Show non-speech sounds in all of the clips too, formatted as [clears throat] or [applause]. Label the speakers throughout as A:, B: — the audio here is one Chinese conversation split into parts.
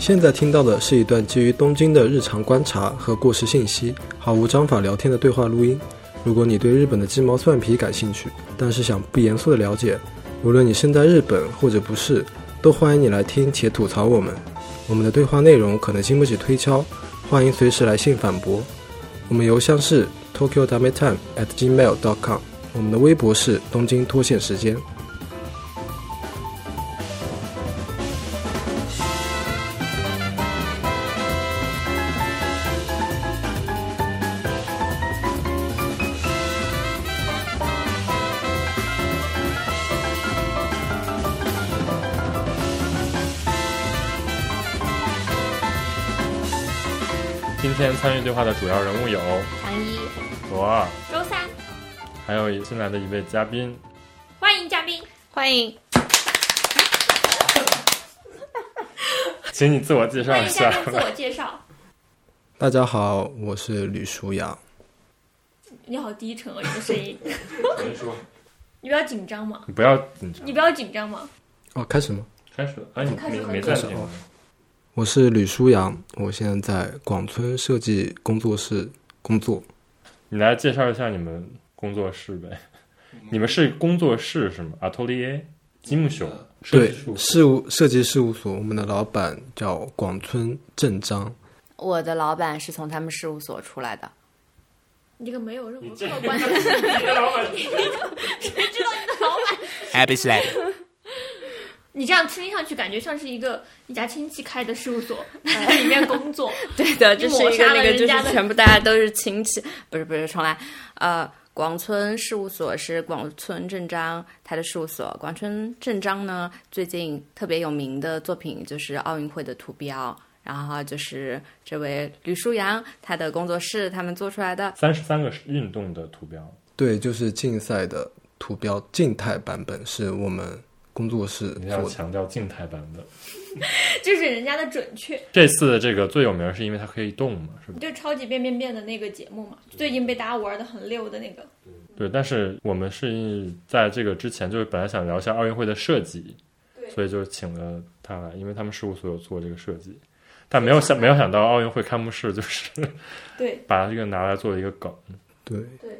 A: 现在听到的是一段基于东京的日常观察和过时信息，毫无章法聊天的对话录音。如果你对日本的鸡毛蒜皮感兴趣，但是想不严肃的了解，无论你身在日本或者不是，都欢迎你来听且吐槽我们。我们的对话内容可能经不起推敲，欢迎随时来信反驳。我们邮箱是 tokyo dame time at gmail dot com，我们的微博是东京脱线时间。
B: 今天参与对话的主要人物有
C: 唐一，
B: 罗二，
C: 周三，
B: 还有新来的一位嘉宾。
C: 欢迎嘉宾。
D: 欢迎，
B: 请你自我介绍
C: 欢
B: 一
C: 迎
B: 下
C: 嘉。宾自我介绍。
A: 大家好，我是吕舒阳。
C: 你好低沉哦，你的声音。
B: 您说，
C: [laughs] 你不要紧张嘛，
B: 你不要紧张
C: 你。不要紧张嘛。
A: 哦，开始吗？
B: 开始了，哎，你
C: 开始
B: 没
C: 了
B: 没
C: 开
B: 暂
A: 始
B: 停
A: 了
B: 吗？
A: 我是吕舒阳，我现在在广村设计工作室工作。
B: 你来介绍一下你们工作室呗。你们是工作室是吗？Atelier 积木熊设
A: 对
B: 计术，
A: 事务设计事务所，我们的老板叫广村正章。
D: 我的老板是从他们事务所出来的，
C: 你这个没有任何
B: 这
C: 客观的，谁知道你的老板？
E: Happy slap，
C: [laughs] 你这样听上去感觉像是一个你家亲戚开的事务所，呃在里面工作。
D: [laughs]
C: [laughs]
D: 对的，这是一个
C: 抹杀
D: 那
C: 了
D: 个，就
C: 人家
D: 是
C: 的
D: 全部大家都是亲戚，不是不是，重来，呃，广村事务所是广村正章他的事务所，广村正章呢最近特别有名的作品就是奥运会的图标，然后就是这位吕舒阳他的工作室他们做出来的，
B: 三十三个运动的图标，
A: 对，就是竞赛的图标静态版本是我们工作室
B: 你要
A: 做的。
B: 强调静态版本。
C: 就是人家的准确，
B: 这次的这个最有名是因为它可以动嘛，是吧？
C: 就超级变变变的那个节目嘛，最近被大家玩的很溜的那个。
B: 对，但是我们是在这个之前，就是本来想聊一下奥运会的设计，所以就请了他来，因为他们事务所有做这个设计，但没有想没有想到奥运会开幕式就是 [laughs]
C: 对
B: 把这个拿来做一个梗。
A: 对，
C: 对，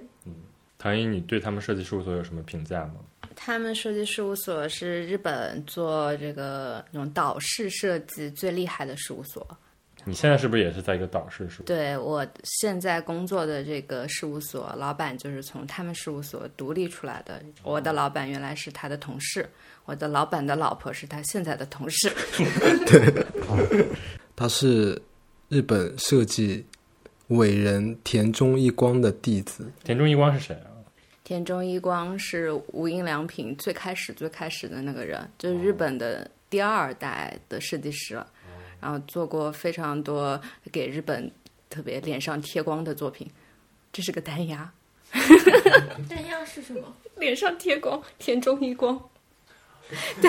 B: 唐一，你对他们设计事务所有什么评价吗？
D: 他们设计事务所是日本做这个那种岛式设计最厉害的事务所。
B: 你现在是不是也是在一个导师事务所？
D: 对我现在工作的这个事务所，老板就是从他们事务所独立出来的。我的老板原来是他的同事，我的老板的老婆是他现在的同事。
A: 他是日本设计伟人田中一光的弟子。
B: 田中一光是谁啊？
D: 田中一光是无印良品最开始最开始的那个人，就是日本的第二代的设计师，然后做过非常多给日本特别脸上贴光的作品。这是个单牙，
C: 但样是什么？
D: 脸上贴光，田中一光。
E: h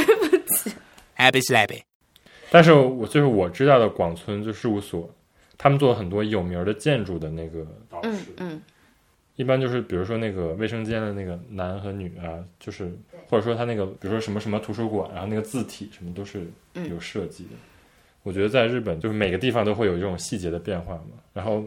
E: a p p y slap，
B: 但是我就是我知道的广村就事务所，他们做了很多有名儿的建筑的那个导
D: 嗯嗯，
B: 一般就是比如说那个卫生间的那个男和女啊，就是或者说他那个比如说什么什么图书馆，然后那个字体什么都是有设计的。我觉得在日本就是每个地方都会有这种细节的变化嘛。然后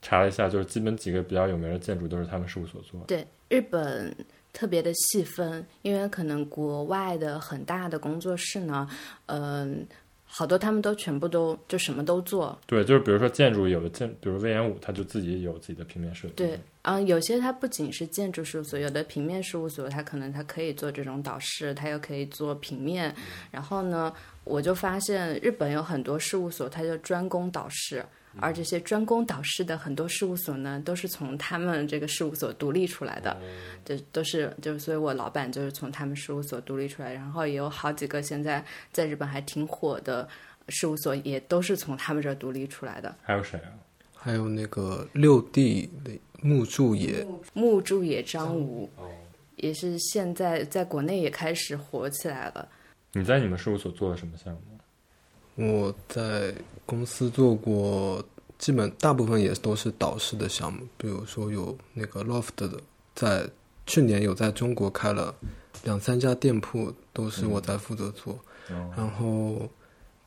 B: 查了一下，就是基本几个比较有名的建筑都是他们事务所做的。
D: 对，日本特别的细分，因为可能国外的很大的工作室呢，嗯、好多他们都全部都就什么都做，
B: 对，就是比如说建筑有的建，比如魏延武他就自己有自己的平面设计。
D: 对，嗯、有些它不仅是建筑事务所，有的平面事务所，它可能它可以做这种导视，它又可以做平面。然后呢，我就发现日本有很多事务所，它就专攻导视，而这些专攻导视的很多事务所呢，都是从他们这个事务所独立出来的，就都是就是，所以我老板就是从他们事务所独立出来，然后也有好几个现在在日本还挺火的。事务所也都是从他们这儿独立出来的，
B: 还有谁啊？
A: 还有那个六弟的木柱也，
D: 木柱野张吾，也是现在在国内也开始火起来了。
B: 你在你们事务所做了什么项目？
A: 我在公司做过，基本大部分也都是导师的项目，比如说有那个 Loft 的，在去年有在中国开了两三家店铺，都是我在负责做。然后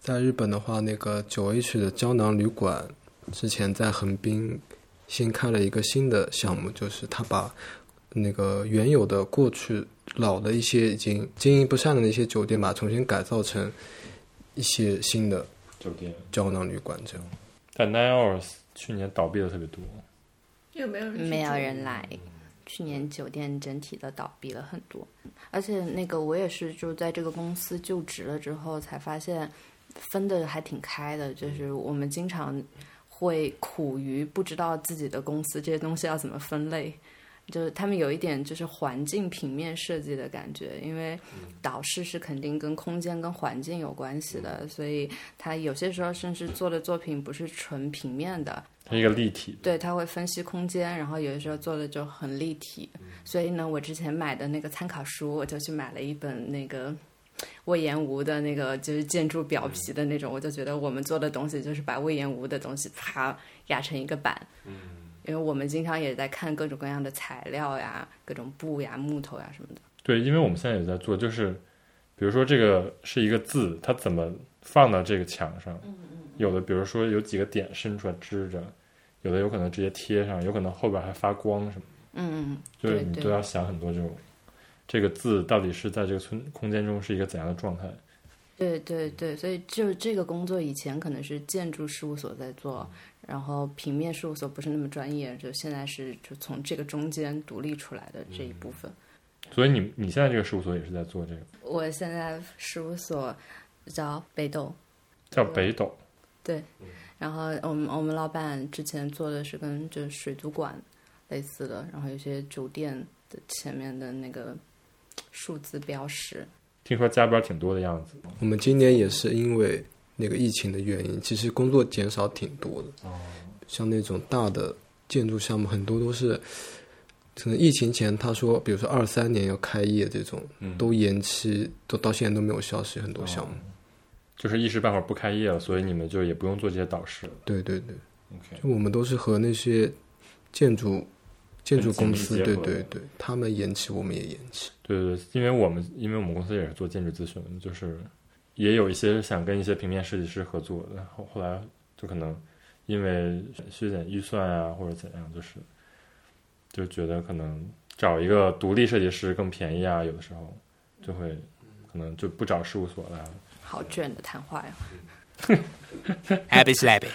A: 在日本的话，那个九 H 的胶囊旅馆之前在横滨新开了一个新的项目，就是他把那个原有的过去老的一些已经经营不善的那些酒店，把它重新改造成一些新的
B: 酒店。
A: 胶囊旅馆，这样。
B: 但 Nine Hours 去年倒闭的特别多，
C: 有没有人去住？
D: 没有人来。去年酒店整体的倒闭了很多，而且那个我也是就在这个公司就职了之后才发现，分的还挺开的，就是我们经常会苦于不知道自己的公司这些东西要怎么分类。就是他们有一点就是环境平面设计的感觉，因为导视是肯定跟空间跟环境有关系的，所以他有些时候甚至做的作品不是纯平面的，
B: 它是一个立体的。
D: 对，他会分析空间，然后有的时候做的就很立体。
B: 嗯
D: 所以呢，我之前买的那个参考书，我就去买了一本那个魏延吴的那个就是建筑表
B: 嗯
D: 皮的那种，我就觉得我们做的东西就是把魏延吴的东西啪压成一个板。
B: 嗯
D: 因为我们经常也在看各种各样的材料呀、各种布呀、木头呀什么的。
B: 对，因为我们现在也在做，就是比如说这个是一个字，它怎么放到这个墙上？
D: 嗯
B: 有的比如说有几个点伸出来支着，有的有可能直接贴上，有可能后边还发光什么的。
D: 嗯，嗯
B: 就
D: 对
B: 是你
D: 对
B: 都要想很多这种，这个字到底是在这个村空间中是一个怎样的状态？
D: 对对对，所以就这个工作以前可能是建筑事务所在做，然后平面事务所不是那么专业，就现在是就从这个中间独立出来的这一部分。
B: 所以你你现在这个事务所也是在做这个，
D: 我现在事务所叫北斗，
B: 叫北斗，
D: 对，然后我们我们老板之前做的是跟就是水族馆类似的，然后有些酒店的前面的那个数字标识，
B: 听说加班挺多的样子。
A: 我们今年也是因为那个疫情的原因，其实工作减少挺多的。
B: 哦
A: 像那种大的建筑项目，很多都是可能疫情前他说，比如说二三年要开业这种，
B: 嗯
A: 都延期，都到现在都没有消息，很多项目。
B: 哦就是一时半会儿不开业了，所以你们就也不用做这些导师了。
A: 对对对，
B: OK，
A: 就我们都是和那些建筑建筑公司，
B: 很紧密
A: 对
B: 结合
A: 对对，他们延期，我们也延期。
B: 对对对，因为我们因为我们公司也是做建筑咨询的，就是也有一些想跟一些平面设计师合作的，后后来就可能因为削减预算啊或者怎样，就是就觉得可能找一个独立设计师更便宜啊，有的时候就会可能就不找事务所了。
D: 好卷的谈话呀！
E: Abby Slabby。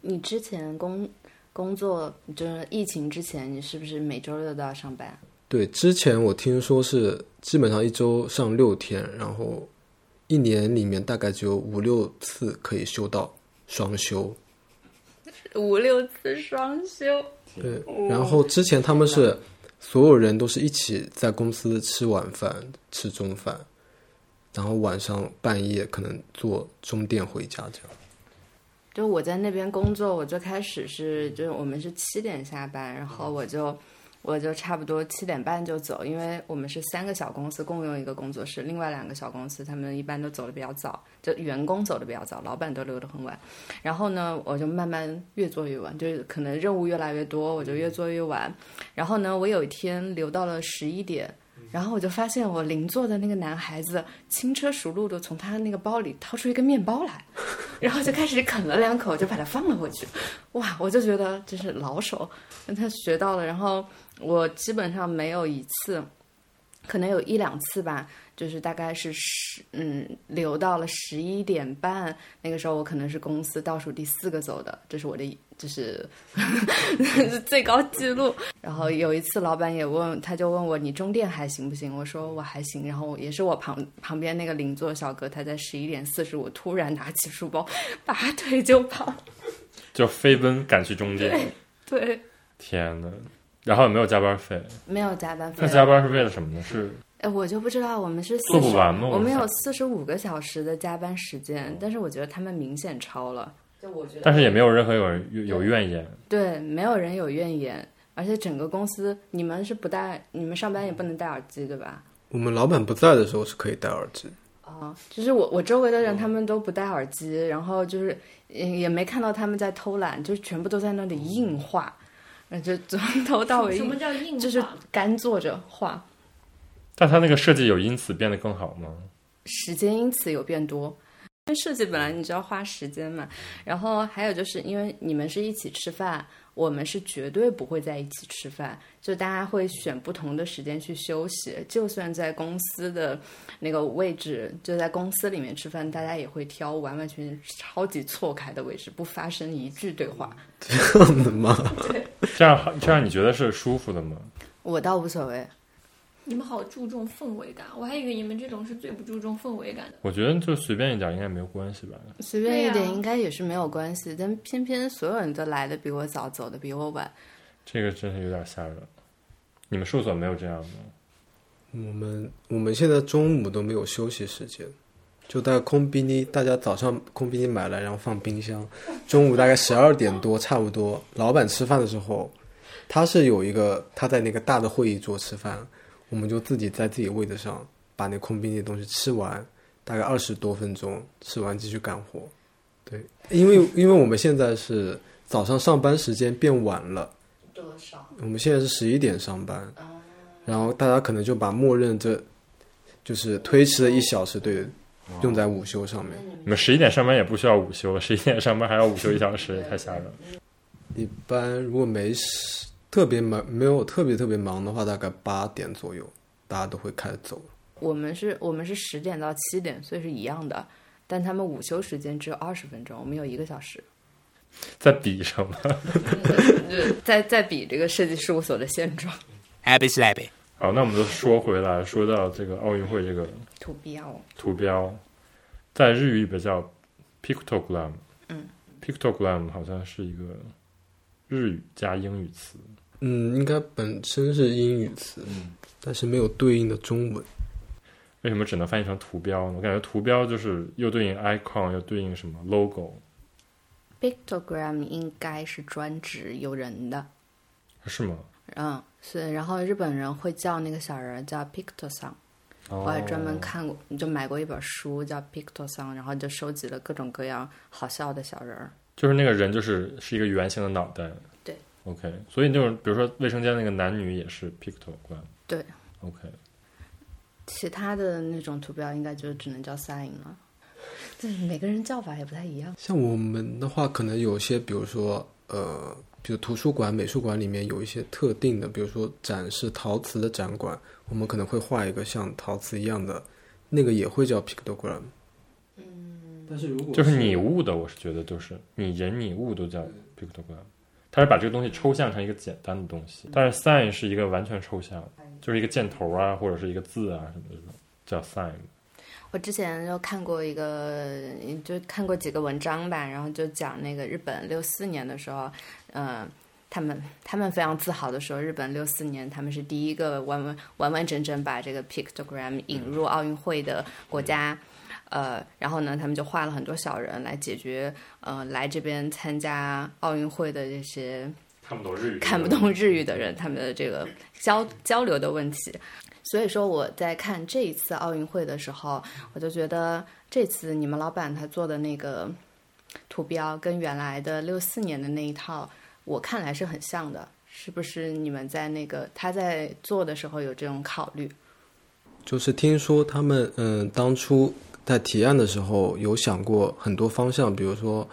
D: 你之前工工作就是疫情之前，你是不是每周六都要上班？
A: 对，之前我听说是基本上一周上六天，然后一年里面大概只有五六次可以休到双休。
D: 五六次双休，
A: 对，然后之前他们是所有人都是一起在公司吃晚饭、吃中饭，然后晚上半夜可能坐中电回家这样。
D: 就我在那边工作，我最开始是就是我们是七点下班，然后我就我就差不多七点半就走，因为我们是三个小公司共用一个工作室，另外两个小公司他们一般都走的比较早，就员工走的比较早，老板都留得很晚。然后呢，我就慢慢越做越晚，就是可能任务越来越多，我就越做越晚。然后呢，我有一天留到了十一点。然后我就发现我邻座的那个男孩子轻车熟路的从他那个包里掏出一个面包来，然后就开始啃了两口，就把它放了回去。哇，我就觉得真是老手，让他学到了。然后我基本上没有一次，可能有一两次吧，就是大概是十嗯留到了十一点半，那个时候我可能是公司倒数第四个走的，这是我的就是 [laughs] 最高记录。然后有一次老板也问，他就问我你中电还行不行？我说我还行。然后也是我旁旁边那个邻座小哥，他在十一点四十五突然拿起书包，拔腿就跑。
B: 就飞奔赶去中介，
D: 对，
B: 天呐，然后也没有加班费，
D: 没有加班费
B: 那。加班是为了什么呢？是
D: 哎，我就不知道我们是
B: 做不
D: 40
B: 完吗
D: 我
B: 我哦
D: 们
B: 操
D: 有四十五个小时的加班时间，但是我觉得他们明显超了。就我觉得
B: 但是也没有任何有人有有怨言。
D: 对，没有人有怨言，而且整个公司你们是不戴，你们上班也不能戴耳机对吧？
A: 我们老板不在的时候是可以戴耳机，
D: 啊，就是我我周围
B: 嗯
D: 的人他们都不戴耳机，然后就是也也没看到他们在偷懒，就是全部都在那
B: 嗯
D: 里硬画，呃就从头到尾
C: 什么叫硬
D: 就是
C: 化
D: 干坐着画，
B: 但他那个设计有因此变得更好吗？
D: 时间因此有变多。因为设计本来你就要花时间嘛，然后还有就是因为你们是一起吃饭，我们是绝对不会在一起吃饭，就大家会选不同的时间去休息。就算在公司的那个位置，就在公司里面吃饭，大家也会挑完完全全超级错开的位置，不发生一句对话。
A: 这样的吗？
B: 这样这样你觉得是舒服的吗？
D: 我倒无所谓，
C: 你们好注重氛围感，我还以为你们这种是最不注重氛围感的。
B: 我觉得就随便一点应该没有关系吧。
D: 随便一
C: 对
D: 点
C: 呀
D: 应该也是没有关系，但偏偏所有人都来的比我早，走的比我晚。
B: 这个真是有点吓人。你们事务所没有这样吗？
A: 我们我们现在中午都没有休息时间，就大概空冰滴，大家早上空冰滴买来，然后放冰箱，中午大概十二点多差不多，老板吃饭的时候，他是有一个他在那个大的会议桌吃饭，我们就自己在自己位置上把那空冰滴的东西吃完，大概二十多分钟，吃完继续干活。对，因为因为我们现在是早上上班时间变晚了。
D: 多少？
A: 我们现在是十一点上班，然后大家可能就把默认这就是推迟了一小时，对，用在午休上面。
B: 你们十一点上班也不需要午休，十一点上班还要午休一小时，也太吓人了。
A: 一般如果没事特别忙，没有特别特别忙的话，大概八点左右大家都会开始走。
D: 我们是，我们是十点到七点，所以是一样的。但他们午休时间只有二十分钟，我们有一个小时，
B: 在比什么？
D: 在在比这个设计事务所的现状。
E: Abby Slabby.
B: 好，那我们就说回来，说到这个奥运会这个
D: 土标
B: 图标，在日语里边叫 pictogram。
D: 嗯
B: ，pictogram 好像是一个日语加英语词。
A: 嗯，应该本身是英语词，但是没有对应的中文。
B: 为什么只能翻译成图标呢？我感觉图标就是又对应 icon，又对应什么 logo，
D: pictogram 应该是专指有人的，
B: 是吗？
D: 嗯，是。然后日本人会叫那个小人儿叫 pictosan，、
B: 哦
D: 我还专门看过，就买过一本书叫 pictosan，然后就收集了各种各样好笑的小人儿。
B: 就是那个人就是是一个圆形的脑袋。
D: 对
B: ，OK，所以就是比如说卫生间那个男女也是 pictogram。
D: 对
B: ，OK，
D: 其他的那种图标应该就只能叫 sign 了。 [laughs] 对，每个人叫法也不太一样。
A: 像我们的话，可能有些，比如说，呃，比如图书馆、美术馆里面有一些特定的，比如说展示陶瓷的展馆，我们可能会画一个像陶瓷一样的，那个也会叫 pictogram。嗯，但是如果
B: 就是你物的，我是觉得就是你人你物都叫 pictogram，它是把这个东西抽象成一个简单的东西，
D: 嗯
B: 但是 sign 是一个完全抽象，就是一个箭头啊或者是一个字啊什么的这种叫 sign。
D: 我之前就看过一个，就看过几个文章吧，然后就讲那个日本六四年的时候，呃，他们他们非常自豪的说，日本六四年他们是第一个完完完完整整把这个 pictogram 引入奥运会的国家。呃，然后呢，他们就画了很多小人来解决，呃，来这边参加奥运会的这些
B: 看不懂日语，
D: 看不懂日语的人他们的这个交交流的问题。所以说我在看这一次奥运会的时候，我就觉得这次你们老板他做的那个图标跟原来的六四年的那一套，我看来是很像的。是不是你们在那个他在做的时候有这种考虑？
A: 就是听说他们嗯，当初在提案的时候有想过很多方向，比如说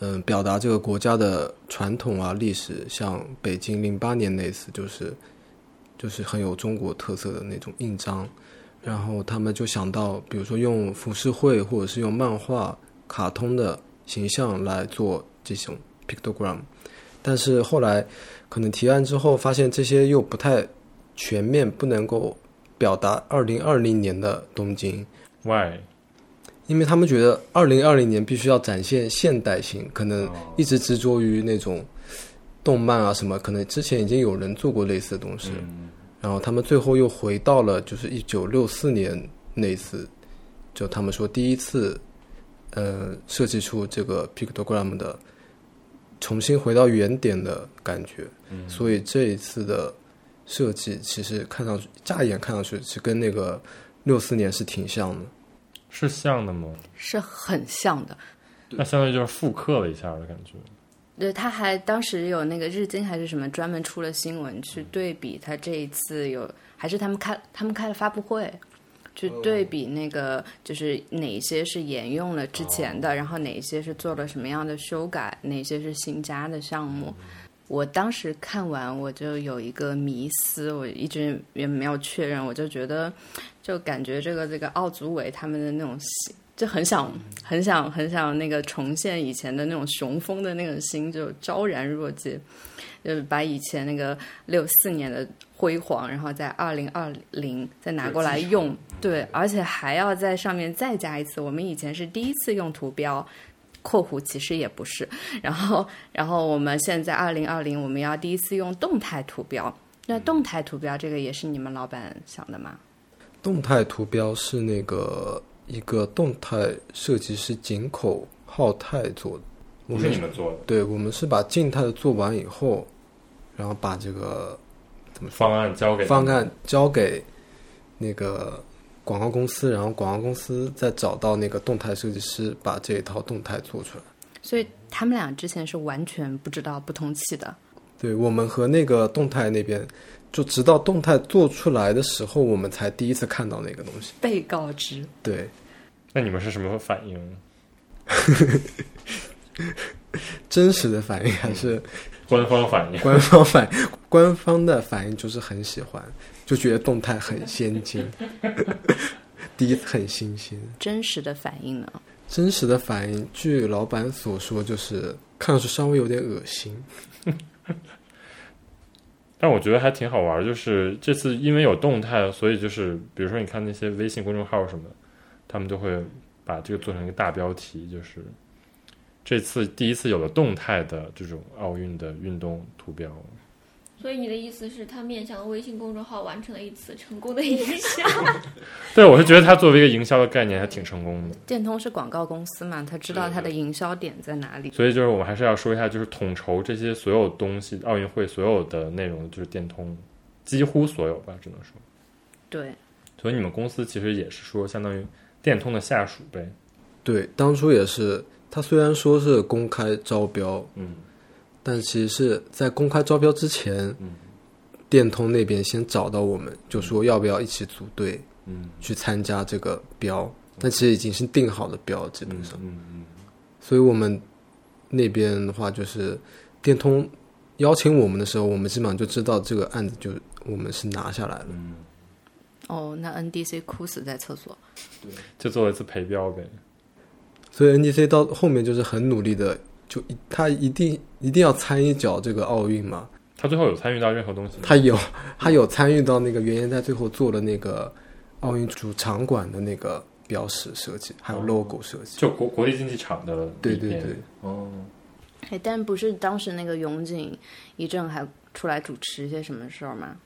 A: 嗯，表达这个国家的传统啊、历史，像北京零八年那次就是就是很有中国特色的那种印章。然后他们就想到，比如说用浮世绘或者是用漫画、卡通的形象来做这种 pictogram，但是后来可能提案之后发现这些又不太全面，不能够表达二零二零年的东京，
B: why
A: 因为他们觉得二零二零年必须要展现现代性，可能一直执着于那种动漫啊什么，可能之前已经有人做过类似的东西，然后他们最后又回到了就是一九六四年那一次，就他们说第一次，呃，设计出这个 pictogram 的，重新回到原点的感觉，所以这一次的设计其实看上去乍一眼看上去是跟那个六四年是挺像的。
B: 是像的吗？
D: 是很像的。
B: 那相当于就是复刻了一下的感觉。
D: 对，他还当时有那个日经还是什么专门出了新闻去对比他这一次有，还是他们开他们开了发布会，去对比那个就是哪一些是沿用了之前的，然后哪一些是做了什么样的修改，哪些是新加的项目。我当时看完，我就有一个迷思，我一直也没有确认，我就觉得，就感觉这个这个奥组委他们的那种心，就很想很想很想那个重现以前的那种雄风的那个心，就昭然若揭，就是把以前那个六四年的辉煌，然后在二零二零再拿过来用，对，而且还要在上面再加一次，我们以前是第一次用图标。括弧其实也不是，然后，然后我们现在二零二零，我们要第一次用动态图标。那动态图标这个也是你们老板想的吗？
A: 动态图标是那个一个动态设计师井口浩太做的，我
B: 不是
A: 们
B: 你们做的
A: 对我们是把静态的做完以后，然后把这个
B: 方案交给他
A: 方案交给那个广告公司，然后广告公司再找到那个动态设计师，把这一套动态做出来。
D: 所以他们俩之前是完全不知道不通气的。
A: 对我们和那个动态那边，就直到动态做出来的时候，我们才第一次看到那个东西。
D: 被告知，
A: 对，
B: 那你们是什么反应？
A: 真实的反应还是
B: 官方反应？
A: 官方反， [laughs] 官方的反应就是很喜欢，就觉得动态很先进， [laughs] 第一次很新鲜。
D: 真实的反应呢？
A: 真实的反应，据老板所说，就是看上去稍微有点恶心。
B: 但我觉得还挺好玩儿，就是这次因为有动态，所以就是比如说你看那些微信公众号什么的，他们就会把这个做成一个大标题，就是这次第一次有了动态的这种奥运的运动图标。
C: 所以你的意思是，他面向微信公众号完成了一次成功的营销？
B: 对，我是觉得它作为一个营销的概念还挺成功的，
D: 电通是广告公司嘛，他知道他的营销点在哪里。
B: 所以就是我们还是要说一下，就是统筹这些所有东西，奥运会所有的内容就是电通，几乎所有吧，只能说。
D: 对，
B: 所以你们公司其实也是说相当于电通的下属呗，
A: 对，当初也是，他虽然说是公开招标，
B: 嗯。
A: 但其实是在公开招标之前，
B: 嗯
A: 电通那边先找到我们，就说要不要一起组队
B: 嗯
A: 去参加这个标，但其实已经是定好的标，基本
B: 嗯
A: 上。
B: 嗯嗯，
A: 所以我们那边的话，就是电通邀请我们的时候，我们基本上就知道这个案子就我们是拿下来了。
D: 哦，那 NDC 哭死在厕所。
B: 就做了一次陪标呗。
A: 所以 NDC 到后面就是很努力的，就一他一定一定要参与脚这个奥运嘛，
B: 他最后有参与到任何东西吗？
A: 他有 [laughs] 他有参与到那个原研在最后做的那个奥运主场馆的那个标识设计，还有 logo 设计。
B: 就国国际竞技场的
A: 对
B: 里
A: 对
B: 边
A: 对，
B: 哦，
D: 哎，但不是当时那个永井一正还出来主持一些什么事儿吗？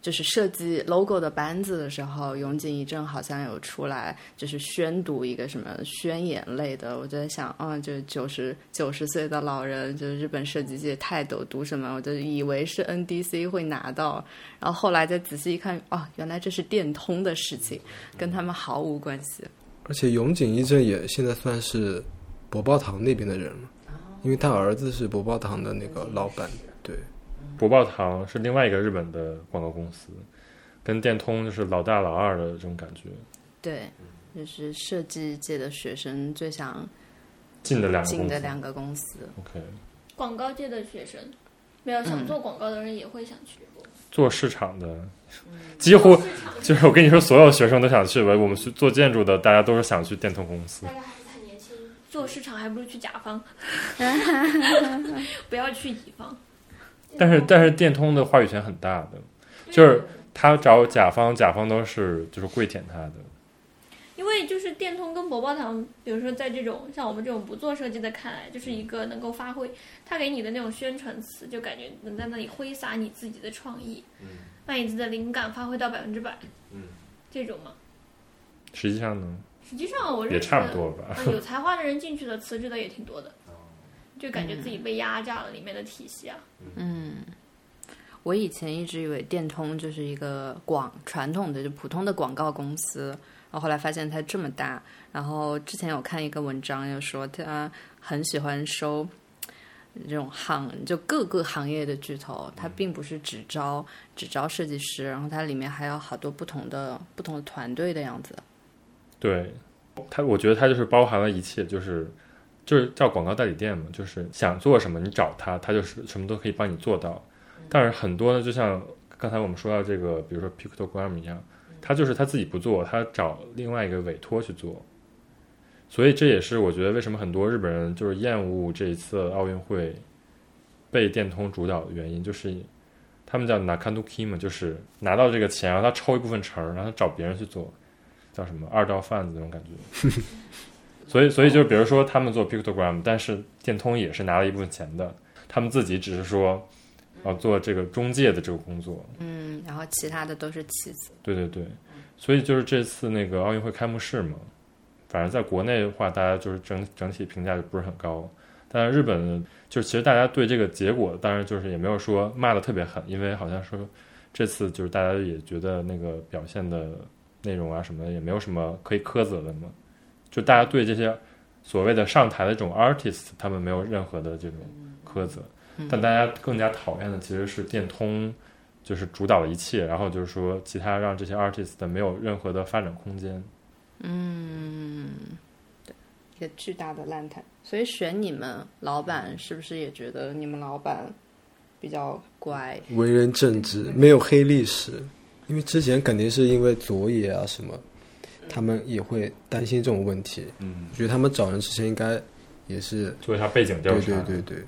D: 就是设计 logo 的班子的时候，永井一正好像有出来，就是宣读一个什么宣言类的。我就在想，啊、就是九十九十岁的老人，就是日本设计界泰斗读什么，我就以为是 NDC 会拿到，然后后来再仔细一看，哦，原来这是电通的事情，跟他们毫无关系。
A: 而且永井一正也现在算是博报堂那边的人了，因为他儿子是博报堂的那个老板。对，
B: 博报堂是另外一个日本的广告公司，跟电通就是老大老二的这种感觉，
D: 对，就是设计界的学生最想
B: 近的两个
D: 进
B: 公
D: 的
B: 司。
D: 两个公司。
B: OK，
C: [laughs] 广告界的学生，没有想做广告的人也会想去。
B: 做市场的几乎
C: 市场
B: 就是我跟你说，所有学生都想去吧。我们去做建筑的，大家都是想去电通公司。
C: 大家还是很年轻，做市场还不如去甲方， [laughs] 不要去乙方。
B: 但是但是电通的话语权很大的，就是他找甲方，甲方都是就是跪舔他的。
C: 因为就是电通跟博报堂，比如说在这种像我们这种不做设计的看来，就是一个能够发挥他给你的那种宣传词，就感觉能在那里挥洒你自己的创意，把你自己的灵感发挥到百分之百，这种嘛。
B: 实际上呢，
C: 实际上我认
B: 也
C: 识
B: 差不
C: 的
B: 多吧。
C: 嗯有才华的人进去的，辞职的也挺多的，就感觉自己被压榨了里面的体系啊。
D: 我以前一直以为电通就是一个广传统的就普通的广告公司，然后后来发现它这么大。然后之前有看一个文章，就说它很喜欢收这种行，就各个行业的巨头，它并不是只招只招设计师，然后它里面还有好多不同的不同的团队的样子。
B: 对，它我觉得它就是包含了一切，就是就是叫广告代理店嘛，就是想做什么你找他，他就是什么都可以帮你做到。但是很多呢，就像刚才我们说到这个，比如说 Pictogram 一样，他就是他自己不做，他找另外一个委托去做。所以这也是我觉得为什么很多日本人就是厌恶这一次奥运会被电通主导的原因，就是他们叫 nakanuki 嘛，就是拿到这个钱，然后他抽一部分成儿，然后他找别人去做，叫什么二道贩子那种感觉。 [laughs] 所以，所以就是比如说他们做 pictogram，但是电通也是拿了一部分钱的，他们自己只是说要做这个中介的这个工作。
D: 嗯，然后其他的都是棋子。
B: 对对对，所以就是这次那个奥运会开幕式嘛，反正在国内的话，大家就是整整体评价就不是很高。但是日本就是其实大家对这个结果，当然就是也没有说骂的特别狠，因为好像说这次就是大家也觉得那个表现的内容啊什么的也没有什么可以苛责的嘛，就大家对这些所谓的上台的这种 artist，他们没有任何的这种苛责。但大家更加讨厌的其实是电通，就是主导了一切，然后就是说其他让这些 artist 没有任何的发展空间。
D: 一个巨大的烂摊。所以选你们老板是不是也觉得你们老板比较乖？
A: 为人正直，没有黑历史。因为之前肯定是因为佐野啊什么，他们也会担心这种问题。
B: 嗯，
A: 我觉得他们找人之前应该也是
B: 做一下背景调
A: 对
B: 查，
A: 对对对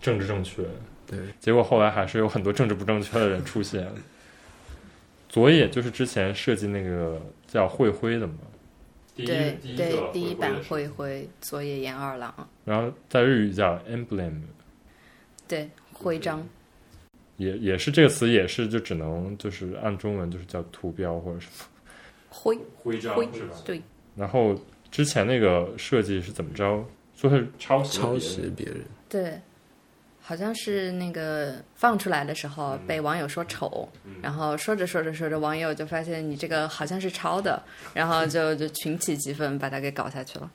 B: 政治正确。
A: 对，
B: 结果后来还是有很多政治不正确的人出现。佐野就是之前设计那个叫会徽的嘛，第
D: 对对，第一版
B: 徽。
D: 灰灰佐野研二郎，
B: 然后在日语叫 emblem，
D: 对徽章，
B: 也也是这个词，也是就只能就是按中文就是叫图标或者什么
D: 徽
B: 徽章
D: 徽对
B: 然后之前那个设计是怎么着？说是抄袭了别
A: 抄
B: 人
A: 袭别人。
D: 对，好像是那个放出来的时候被网友说丑，然后说着说着说着，网友就发现你这个好像是抄 [laughs] 的，然后就就群起激愤，把它给搞下去了。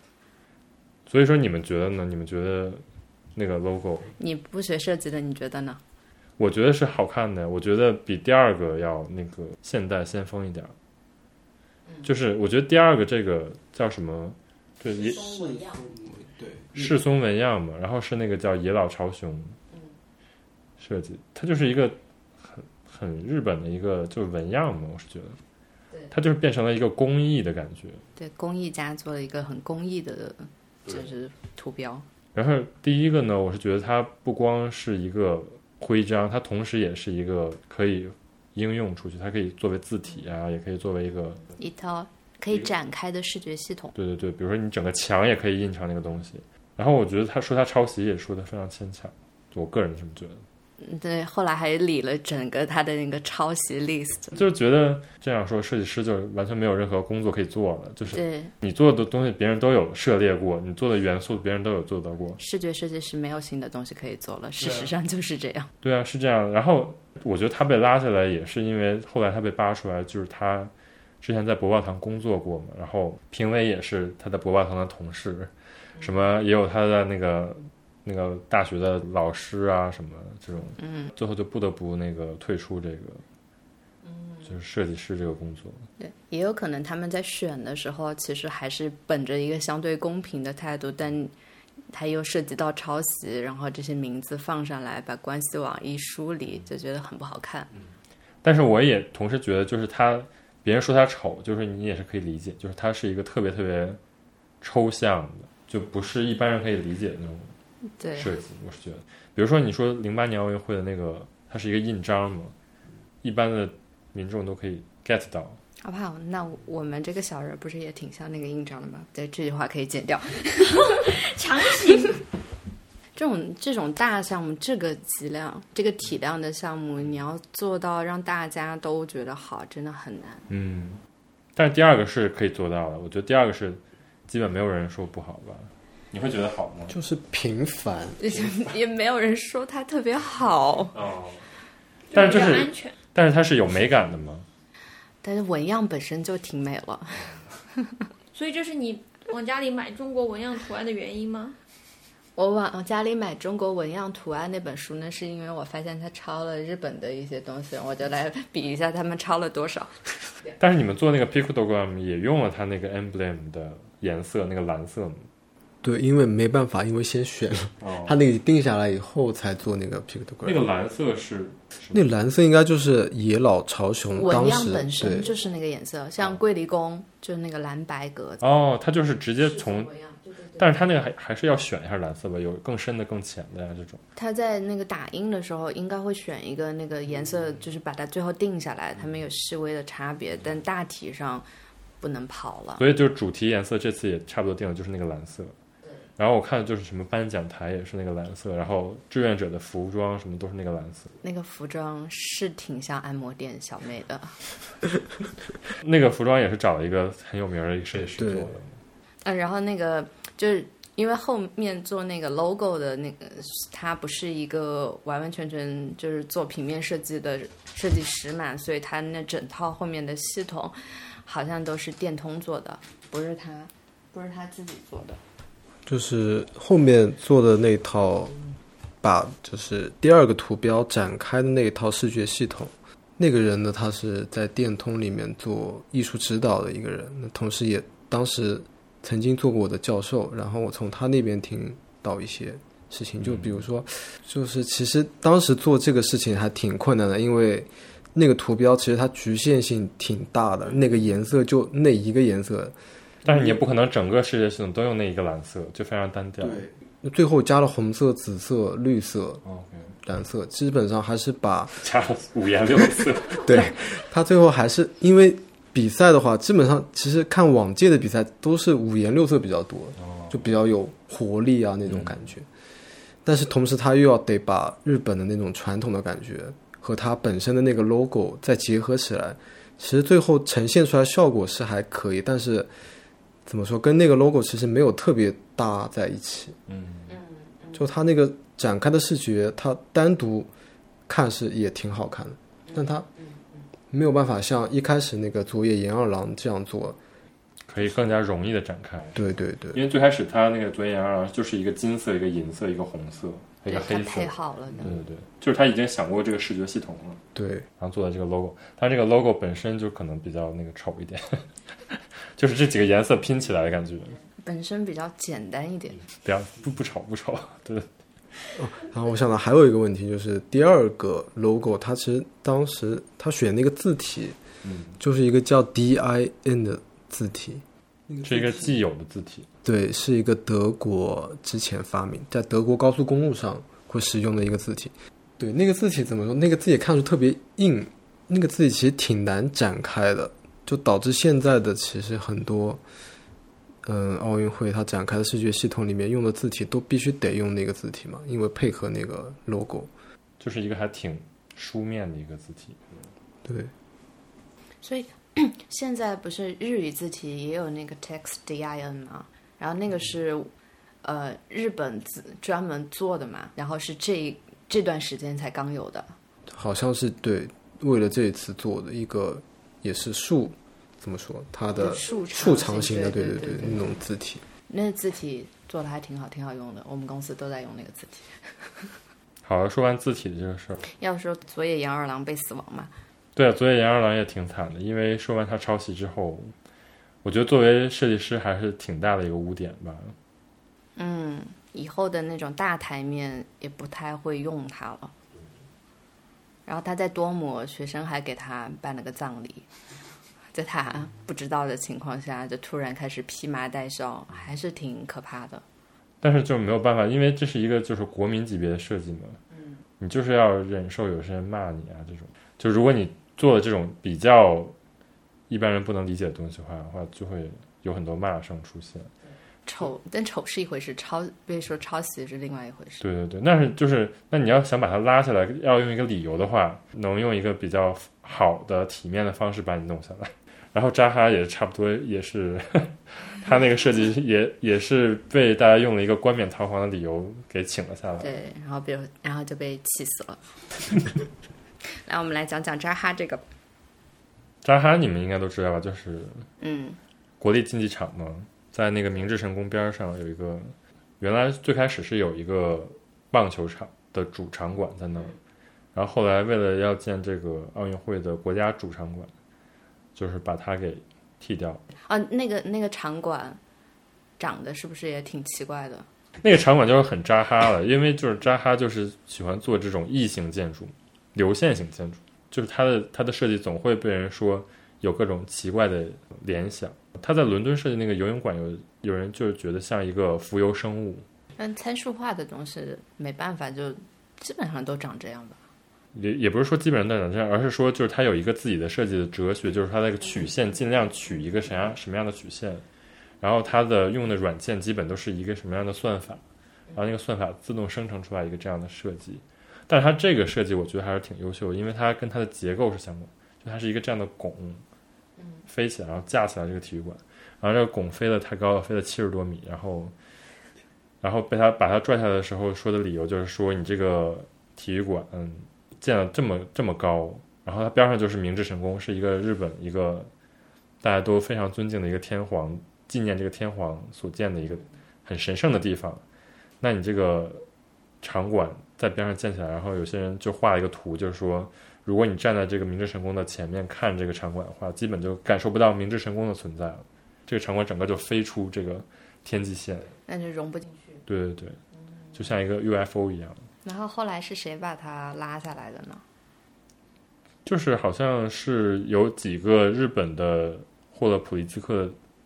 B: 所以说你们觉得呢？你们觉得那个 logo，
D: 你不学设计的，你觉得呢？
B: 我觉得是好看的，我觉得比第二个要那个现代先锋一点儿。就是我觉得第二个这个叫什么？就野是松文样嘛，然后是那个叫野老朝雄设计，它就是一个很很日本的一个就是纹样嘛，我是觉得，它就是变成了一个工艺的感觉。
D: 对，工艺家做了一个很工艺的，就是图标。
B: 然后第一个呢，我是觉得它不光是一个徽章，它同时也是一个可以应用出去，它可以作为字体啊，也可以作为一个，
D: 一套可以展开的视觉系统。
B: 对对对，比如说你整个墙也可以印成那个东西。然后我觉得他说他抄袭也说的非常牵强，我个人这么觉得，
D: 嗯对，后来还理了整个他的那个抄袭 list。
B: 就是觉得这样说设计师就是完全没有任何工作可以做了，就是
D: 对，
B: 你做的东西别人都有涉猎过，你做的元素别人都有做到过，
D: 视觉设计师没有新的东西可以做了，事实上就是这样。
B: 对啊，是这样。然后我觉得他被拉下来也是因为后来他被扒出来，就是他之前在博报堂工作过嘛，然后评委也是他在博报堂的同事，什么也有他的那个那个大学的老师啊什么这种，嗯，最后就不得不那个退出这个，就是设计师这个工作。
D: 对，也有可能他们在选的时候，其实还是本着一个相对公平的态度，但他又涉及到抄袭，然后这些名字放上来，把关系网一梳理，就觉得很不好看。
B: 但是我也同时觉得，就是他别人说他丑，就是你也是可以理解，就是他是一个特别特别抽象的，就不是一般人可以理解的那种。
D: 对，
B: 设计，我是觉得，比如说你说零八年奥运会的那个，它是一个印章嘛，一般的民众都可以 get 到。
D: 好不好？那我们这个小人不是也挺像那个印章的吗？对，这句话可以剪掉。
C: 强行
D: 这种这种大项目，这个质量、这个体量的项目，你要做到让大家都觉得好，真的很难。
B: 嗯，但是第二个是可以做到的，我觉得第二个是基本没有人说不好吧？你会觉得好吗？
A: 就是平凡，
D: [laughs] 也没有人说它特别好，
B: 哦，但是就
C: 比较
B: 是
C: 安，全，
B: 但是它是有美感的嘛？
D: [laughs] 但是纹样本身就挺美了。
C: 所以这是你往家里买中国纹样图案的原因吗？
D: 我往家里买《中国纹样图案》那本书呢，是因为我发现它抄了日本的一些东西，我就来比一下他们抄了多少。
B: 但是你们做那个 pictogram 也用了它那个 emblem 的颜色，那个蓝色吗？
A: 对，因为没办法，因为先选了，
B: 哦
A: 他那个定下来以后才做那个 pictogram。
B: 那个蓝色是什么？
A: 那蓝色应该就是野老朝雄
D: 纹
A: 当
D: 样
A: 时
D: 本
A: 对
D: 身就是那个颜色，像桂离宫就是那个蓝白格子。
B: 哦，它就是直接从，
D: 纹样，对对对。
B: 但是它那个还还是要选一下蓝色吧，有更深的、更浅的呀、这种。
D: 他在那个打印的时候，应该会选一个那个颜色，就是把它最后定下来。他们有细微的差别，但大体上不能跑了。
B: 所以就是主题颜色这次也差不多定了，就是那个蓝色。然后我看就是什么颁奖台也是那个蓝色，然后志愿者的服装什么都是那个蓝色。
D: 那个服装是挺像按摩店小妹的， [laughs]
B: 那个服装也是找一个很有名的一个设计师做
A: 对
B: 的。
D: 嗯，然后那个就是因为后面做那个 logo 的那个，他不是一个完完全全就是做平面设计的设计师嘛，所以他那整套后面的系统好像都是电通做的，不是他，不是他自己做的。
A: 就是后面做的那套，把就是第二个图标展开的那一套视觉系统，那个人呢，他是在电通里面做艺术指导的一个人，那同时也当时曾经做过我的教授，然后我从他那边听到一些事情，就比如说，就是其实当时做这个事情还挺困难的，因为。那个图标其实它局限性挺大的，那个颜色就那一个颜色，
B: 但是你也不可能整个视觉系统都用那一个蓝色，就非常单调。
A: 那最后加了红色、紫色、绿色，
B: 哦，OK，
A: 染色，基本上还是把
B: 加了五颜六色。
A: 对他最后还是因为比赛的话，基本上其实看往届的比赛都是五颜六色比较多，就比较有活力啊那种感觉。但是同时他又要得把日本的那种传统的感觉和他本身的那个 logo 再结合起来，其实最后呈现出来效果是还可以，但是怎么说跟那个 logo 其实没有特别搭在一起。
B: 嗯，
A: 就它那个展开的视觉，它单独看是也挺好看的，
B: 嗯
A: 但它没有办法像一开始那个佐野研二郎这样做。
B: 可以更加容易的展开。
A: 对对对，
B: 因为最开始它那个左眼二郎就是一个金色、一个银色、一个红色、一
D: 对
B: 个
D: 他
B: 黑色嗯
D: 配。好了的
B: 对，对对，就是他已经想过这个视觉系统了，
A: 对
B: 然后做的这个 logo。它这个 logo 本身就可能比较那个丑一点， [laughs] 就是这几个颜色拼起来的感觉，
D: 本身比较简单一点。
B: 比较不不丑不丑。对，
A: 然后我想到还有一个问题，就是第二个 logo，它其实当时它选那个字体，
B: 嗯
A: 就是一个叫 D I N 的字体，
B: 是一个既有的字体。
A: 对，是一个德国之前发明，在德国高速公路上会使用的一个字体。对，那个字体怎么说？那个字体看上去特别硬，那个字体其实挺难展开的，就导致现在的其实很多，嗯，奥运会它展开的视觉系统里面用的字体都必须得用那个字体嘛，因为配合那个 logo。
B: 就是一个还挺书面的一个字体。
A: 对，
D: 所以 [clears throat] 现在不是日语字体也有那个 text din 吗？然后那个是呃日本字专门做的嘛，然后是这这段时间才刚有的。
A: 好像是对，为了这一次做的一个也是竖，怎么说？它的
D: 竖
A: 竖
D: 长
A: 长
D: 形
A: 形的，
D: 对
A: 对
D: 对对
A: 那种字体。
D: 那字体做的还挺好，挺好用的。我们公司都在用那个字体。
B: 好，说完字体的这个事儿，
D: 要说佐野洋二郎被死亡嘛，
B: 对啊，佐野研二郎也挺惨的，因为说完他抄袭之后，我觉得作为设计师还是挺大的一个污点吧。
D: 嗯，以后的那种大台面也不太会用它了。然后他在多姆，学生还给他办了个葬礼，在他不知道的情况下，就突然开始披麻戴孝，还是挺可怕的。
B: 但是就没有办法，因为这是一个就是国民级别的设计嘛，你就是要忍受有些人骂你啊这种。就如果你做了这种比较一般人不能理解的东西的话，的话就会有很多骂声出现。
D: 丑，但丑是一回事，抄被说抄袭是另外一回事。
B: 对对对，但是就是那你要想把它拉下来，要用一个理由的话，能用一个比较好的体面的方式把你弄下来。 [laughs] 然后扎哈也差不多，也是 [laughs] 他那个设计也也是被大家用了一个冠冕堂皇的理由给请了下来。
D: 对，然后比如，然后就被气死了。 [laughs] 来，我们来讲讲扎哈这个吧。
B: 扎哈你们应该都知道吧，就是
D: 嗯，
B: 国立竞技场嘛，在那个明治神宫边上有一个原来最开始是有一个棒球场的主场馆在那儿，然后后来为了要建这个奥运会的国家主场馆，就是把它给剃掉了。
D: 啊，那个那个场馆长得是不是也挺奇怪的？
B: 那个场馆就是很扎哈了，因为就是扎哈就是喜欢做这种异形建筑、流线型建筑，就是它的它的设计总会被人说有各种奇怪的联想。他在伦敦设计那个游泳馆有，有人就是觉得像一个浮游生物，
D: 但参数化的东西没办法，就基本上都长这样吧。
B: 也也不是说基本上都长这样，而是说就是它有一个自己的设计的哲学，就是它那个曲线尽量取一个什样什么样的曲线，然后它的用的软件基本都是一个什么样的算法，然后那个算法自动生成出来一个这样的设计。但是它这个设计我觉得还是挺优秀的，因为它跟它的结构是相关，就它是一个这样的拱，飞起来然后架起来这个体育馆，然后这个拱飞得太高了，飞了七十多米，然后然后被他把他拽下来的时候说的理由就是说你这个体育馆嗯建了这么这么高，然后它边上就是明治神宫，是一个日本一个大家都非常尊敬的一个天皇，纪念这个天皇所建的一个很神圣的地方。那你这个场馆在边上建起来，然后有些人就画了一个图，就是说，如果你站在这个明治神宫的前面看这个场馆的话，基本就感受不到明治神宫的存在了。这个场馆整个就飞出这个天际线，
D: 那就融不进去。
B: 对对对，就像一个 UFO 一样。
D: 然后后来是谁把它拉下来的呢？
B: 就是好像是有几个日本的获了普利兹克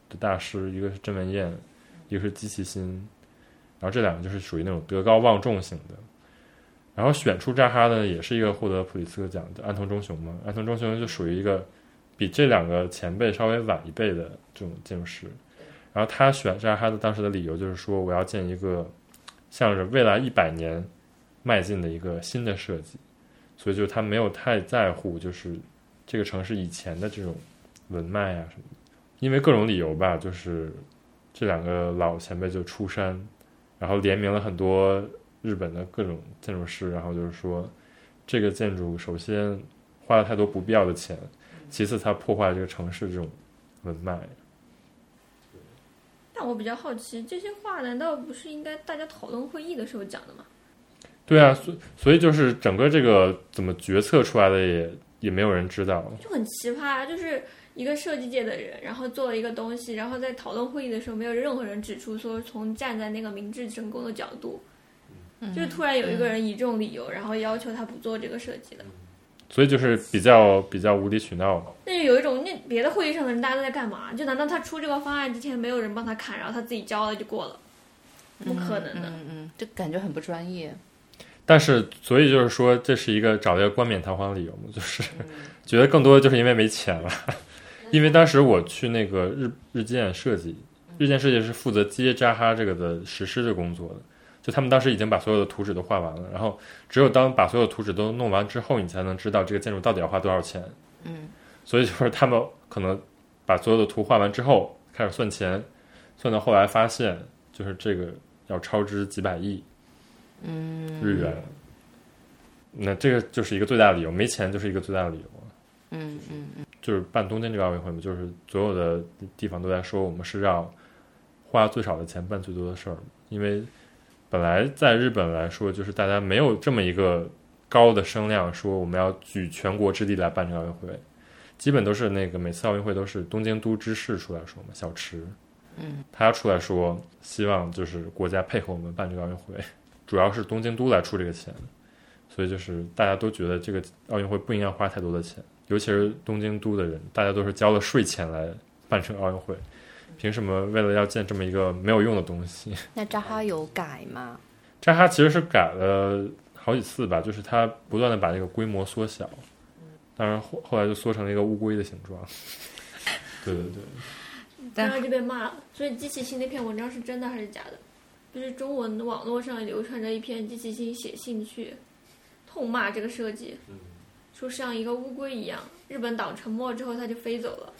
B: 的大师，一个是郑文彦，一个是矶崎新，然后这两个就是属于那种德高望重型的。然后选出扎哈的也是一个获得普利兹克奖的安藤忠雄嘛，安藤忠雄就属于一个比这两个前辈稍微晚一辈的这种建筑师。然后他选扎哈的当时的理由就是说，我要建一个向着未来一百年迈进的一个新的设计。所以就是他没有太在乎就是这个城市以前的这种文脉啊什么的，因为各种理由吧，就是这两个老前辈就出山，然后联名了很多日本的各种建筑师，然后就是说这个建筑首先花了太多不必要的钱，其次它破坏了这个城市这种文脉，
C: 但我比较好奇，这些话难道不是应该大家讨论会议的时候讲的吗？
B: 对啊，所所以就是整个这个怎么决策出来的也也没有人知道，
C: 就很奇葩，就是一个设计界的人，然后做了一个东西，然后在讨论会议的时候，没有任何人指出说从站在那个明治神宫的角度，就是突然有一个人以这种理由，然后要求他不做这个设计了。
B: 所以就是比较比较无理取闹。
C: 那就有一种，那别的会议上的人大家都在干嘛？就难道他出这个方案之前没有人帮他砍，然后他自己交了就过了？不可能的。
D: 嗯嗯，就感觉很不专业。
B: 但是，所以就是说，这是一个找了一个冠冕堂皇的理由嘛，就是觉得更多的就是因为没钱了。因为当时我去那个日日建设计，日建设计是负责接扎哈这个的实施的工作的，就他们当时已经把所有的图纸都画完了，然后只有当把所有图纸都弄完之后，你才能知道这个建筑到底要花多少钱。
D: 嗯，
B: 所以就是他们可能把所有的图画完之后开始算钱，算到后来发现就是这个要超支几百亿。日元。那这个就是一个最大的理由，没钱就是一个最大的理由。
D: 嗯嗯嗯，
B: 就是办东京这个奥运会嘛，就是所有的地方都在说我们是要花最少的钱办最多的事儿，因为本来在日本来说，就是大家没有这么一个高的声量说我们要举全国之力来办这个奥运会，基本都是那个每次奥运会都是东京都知事出来说嘛，小池，
D: 嗯，
B: 他出来说希望就是国家配合我们办这个奥运会，主要是东京都来出这个钱，所以就是大家都觉得这个奥运会不应该花太多的钱。尤其是东京都的人，大家都是交了税钱来办成奥运会，凭什么为了要建这么一个没有用的东西？ [laughs]
D: 那扎哈有改吗？
B: 扎哈其实是改了好几次吧，就是他不断的把这个规模缩小，当然后后来就缩成了一个乌龟的形状。 [laughs] 对对对，
D: 但
C: 然后就被骂了。所以季其新那篇文章是真的还是假的？就是中文网络上流传着一篇季其新写信去痛骂这个设计，说像一个乌龟一样，日本岛沉没之后它就飞走了。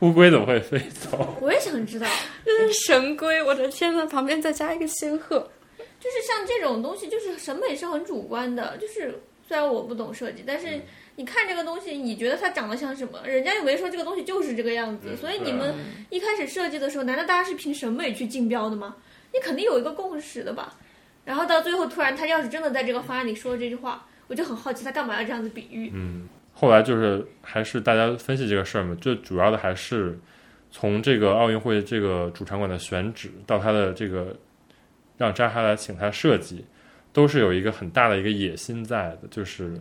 B: 乌龟怎么会飞走？
C: 我也想知道，
D: 这是神龟！我的天呐，旁边再加一个仙鹤，
B: 嗯
C: 就是像这种东西，就是审美是很主观的。就是虽然我不懂设计，但是你看这个东西，你觉得它长得像什么？人家又没说这个东西就是这个样子，
B: 嗯
C: 所以
B: 对
C: 你们一开始设计的时候，难道大家是凭审美去竞标的吗？你肯定有一个共识的吧？然后到最后，突然他要是真的在这个方案里说了这句话，我就很好奇他干嘛要这样子比喻。
B: 嗯，后来就是还是大家分析这个事儿嘛，最主要的还是从这个奥运会这个主场馆的选址到他的这个让扎哈来请他设计，都是有一个很大的一个野心在的，就是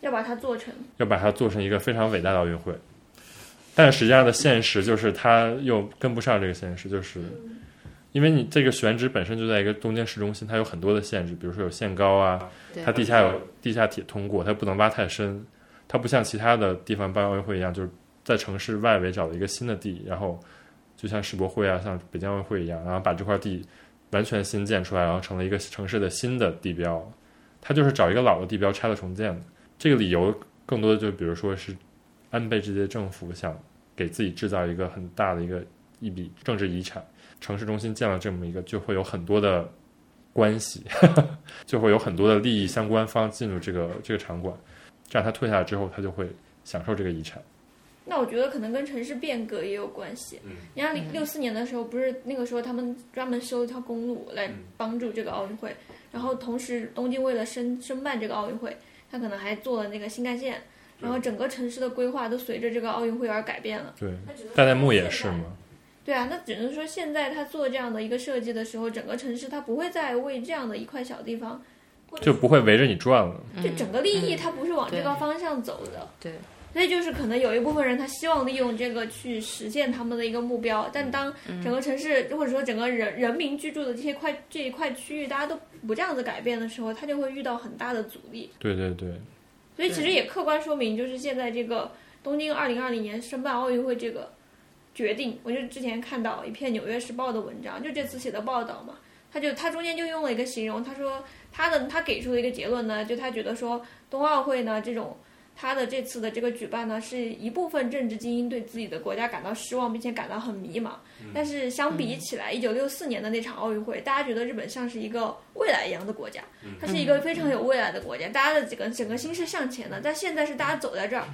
C: 要把它做成，
B: 要把它做成一个非常伟大的奥运会。但实际上的现实就是，他又跟不上这个现实，就是因为你这个选址本身就在一个东京市中心，它有很多的限制，比如说有限高啊，
D: 对
B: 它地下有地下铁通过，它不能挖太深，它不像其他的地方办奥运会一样，就是在城市外围找了一个新的地，然后就像世博会啊，像北京奥运会一样，然后把这块地完全新建出来，然后成了一个城市的新的地标，它就是找一个老的地标拆了重建的。这个理由更多的就比如说是安倍这届政府想给自己制造一个很大的一个一笔政治遗产，城市中心建了这么一个，就会有很多的关系，就会有很多的利益相关方进入这个这个场馆，这样他退下来之后，他就会享受这个遗产。
C: 那我觉得可能跟城市变革也有关系。
B: 嗯
C: 你看六四年的时候，不是那个时候他们专门修一条公路
B: 嗯
C: 来帮助这个奥运会，然后同时东京为了申申办这个奥运会，他可能还做了那个新干线，然后
B: 嗯
C: 整个城市的规划都随着这个奥运会而改变了。
B: 对，
C: 那只能说
B: 代代木也
C: 现
B: 是
C: 在
B: 嘛，
C: 对啊，那只能说现在他做这样的一个设计的时候，整个城市他不会再为这样的一块小地方，
B: 就不会围着你转了。
C: 就整个利益它不是往这
D: 嗯对
C: 个方向走的。
D: 对，
C: 所以就是可能有一部分人他希望利用这个去实现他们的一个目标，
D: 嗯
C: 但当整个城市、或者说整个人人民居住的这些块这一块区域大家都不这样子改变的时候，他就会遇到很大的阻力。
B: 对对对，
C: 所以其实也客观说明，就是现在这个东京二零二零年申办奥运会这个决定，我就之前看到一篇《纽约时报》的文章，就这次写的报道嘛，他就他中间就用了一个形容，他说他的他给出的一个结论呢，就他觉得说冬奥会呢这种。他的这次的这个举办呢，是一部分政治精英对自己的国家感到失望，并且感到很迷茫。但是相比起来，一九六四年的那场奥运会，大家觉得日本像是一个未来一样的国家，它是一个非常有未来的国家，大家的整个整个心是向前的。但现在是大家走在这儿，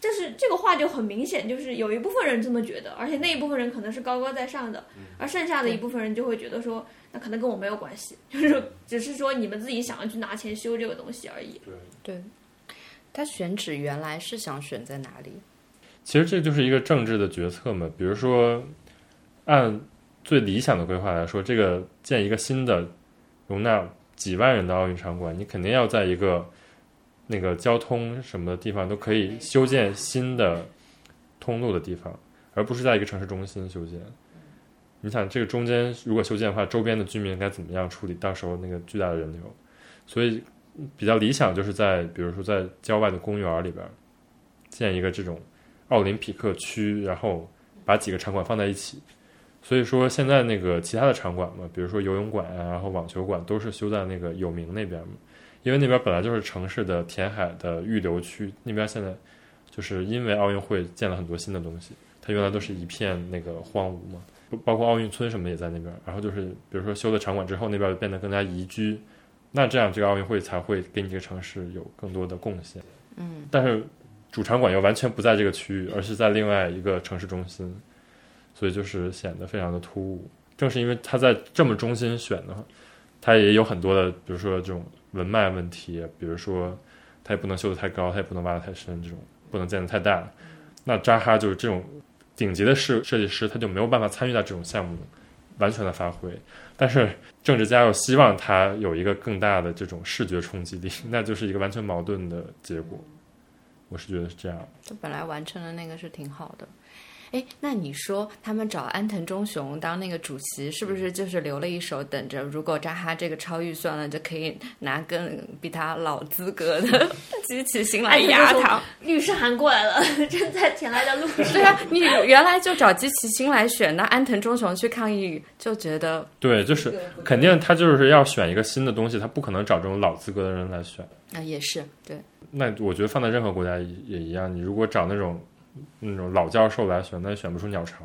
C: 但是这个话就很明显，就是有一部分人这么觉得，而且那一部分人可能是高高在上的，
B: 嗯
C: 而剩下的一部分人就会觉得说，那可能跟我没有关系，就是只是说你们自己想要去拿钱修这个东西而已。
D: 对，他选址原来是想选在哪里？
B: 其实这就是一个政治的决策嘛。比如说，按最理想的规划来说，这个建一个新的容纳几万人的奥运场馆，你肯定要在一个那个交通什么的地方都可以修建新的通路的地方，而不是在一个城市中心修建。你想，这个中间如果修建的话，周边的居民该怎么样处理？到时候那个巨大的人流，所以比较理想就是在，比如说在郊外的公园里边儿建一个这种奥林匹克区，然后把几个场馆放在一起。所以说现在那个其他的场馆嘛，比如说游泳馆啊，然后网球馆都是修在那个有名那边嘛，因为那边本来就是城市的填海的预留区，那边现在就是因为奥运会建了很多新的东西，它原来都是一片那个荒芜嘛，不包括奥运村什么的也在那边。然后就是比如说修了场馆之后，那边变得更加宜居，那这样这个奥运会才会给你这个城市有更多的贡献。嗯，但是主场馆又完全不在这个区域，而是在另外一个城市中心，所以就是显得非常的突兀。正是因为它在这么中心选的话，它也有很多的，比如说这种文脉问题，啊比如说它也不能修得太高，它也不能挖得太深，这种不能建得太大。那扎哈就是这种顶级的设设计师，他就没有办法参与到这种项目完全的发挥。但是政治家又希望他有一个更大的这种视觉冲击力，那就是一个完全矛盾的结果。我是觉得是这样。
D: 他本来完成的那个是挺好的。哎，那你说他们找安藤忠雄当那个主席，是不是就是留了一手，等着如果扎哈这个超预算了，就可以拿更比他老资格 [laughs] 的机器新来压他？ [laughs]
C: 律师函过来了， [laughs] 正在前来的路
D: 对
C: 上。
D: 啊，你原来就找机器新来选，那安藤忠雄去抗议，就觉得
B: 对，就是肯定他就是要选一个新的东西，他不可能找这种老资格的人来选。
D: 啊、也是对，
B: 那我觉得放在任何国家也也一样，你如果找那种那种老教授来选，那也选不出鸟巢，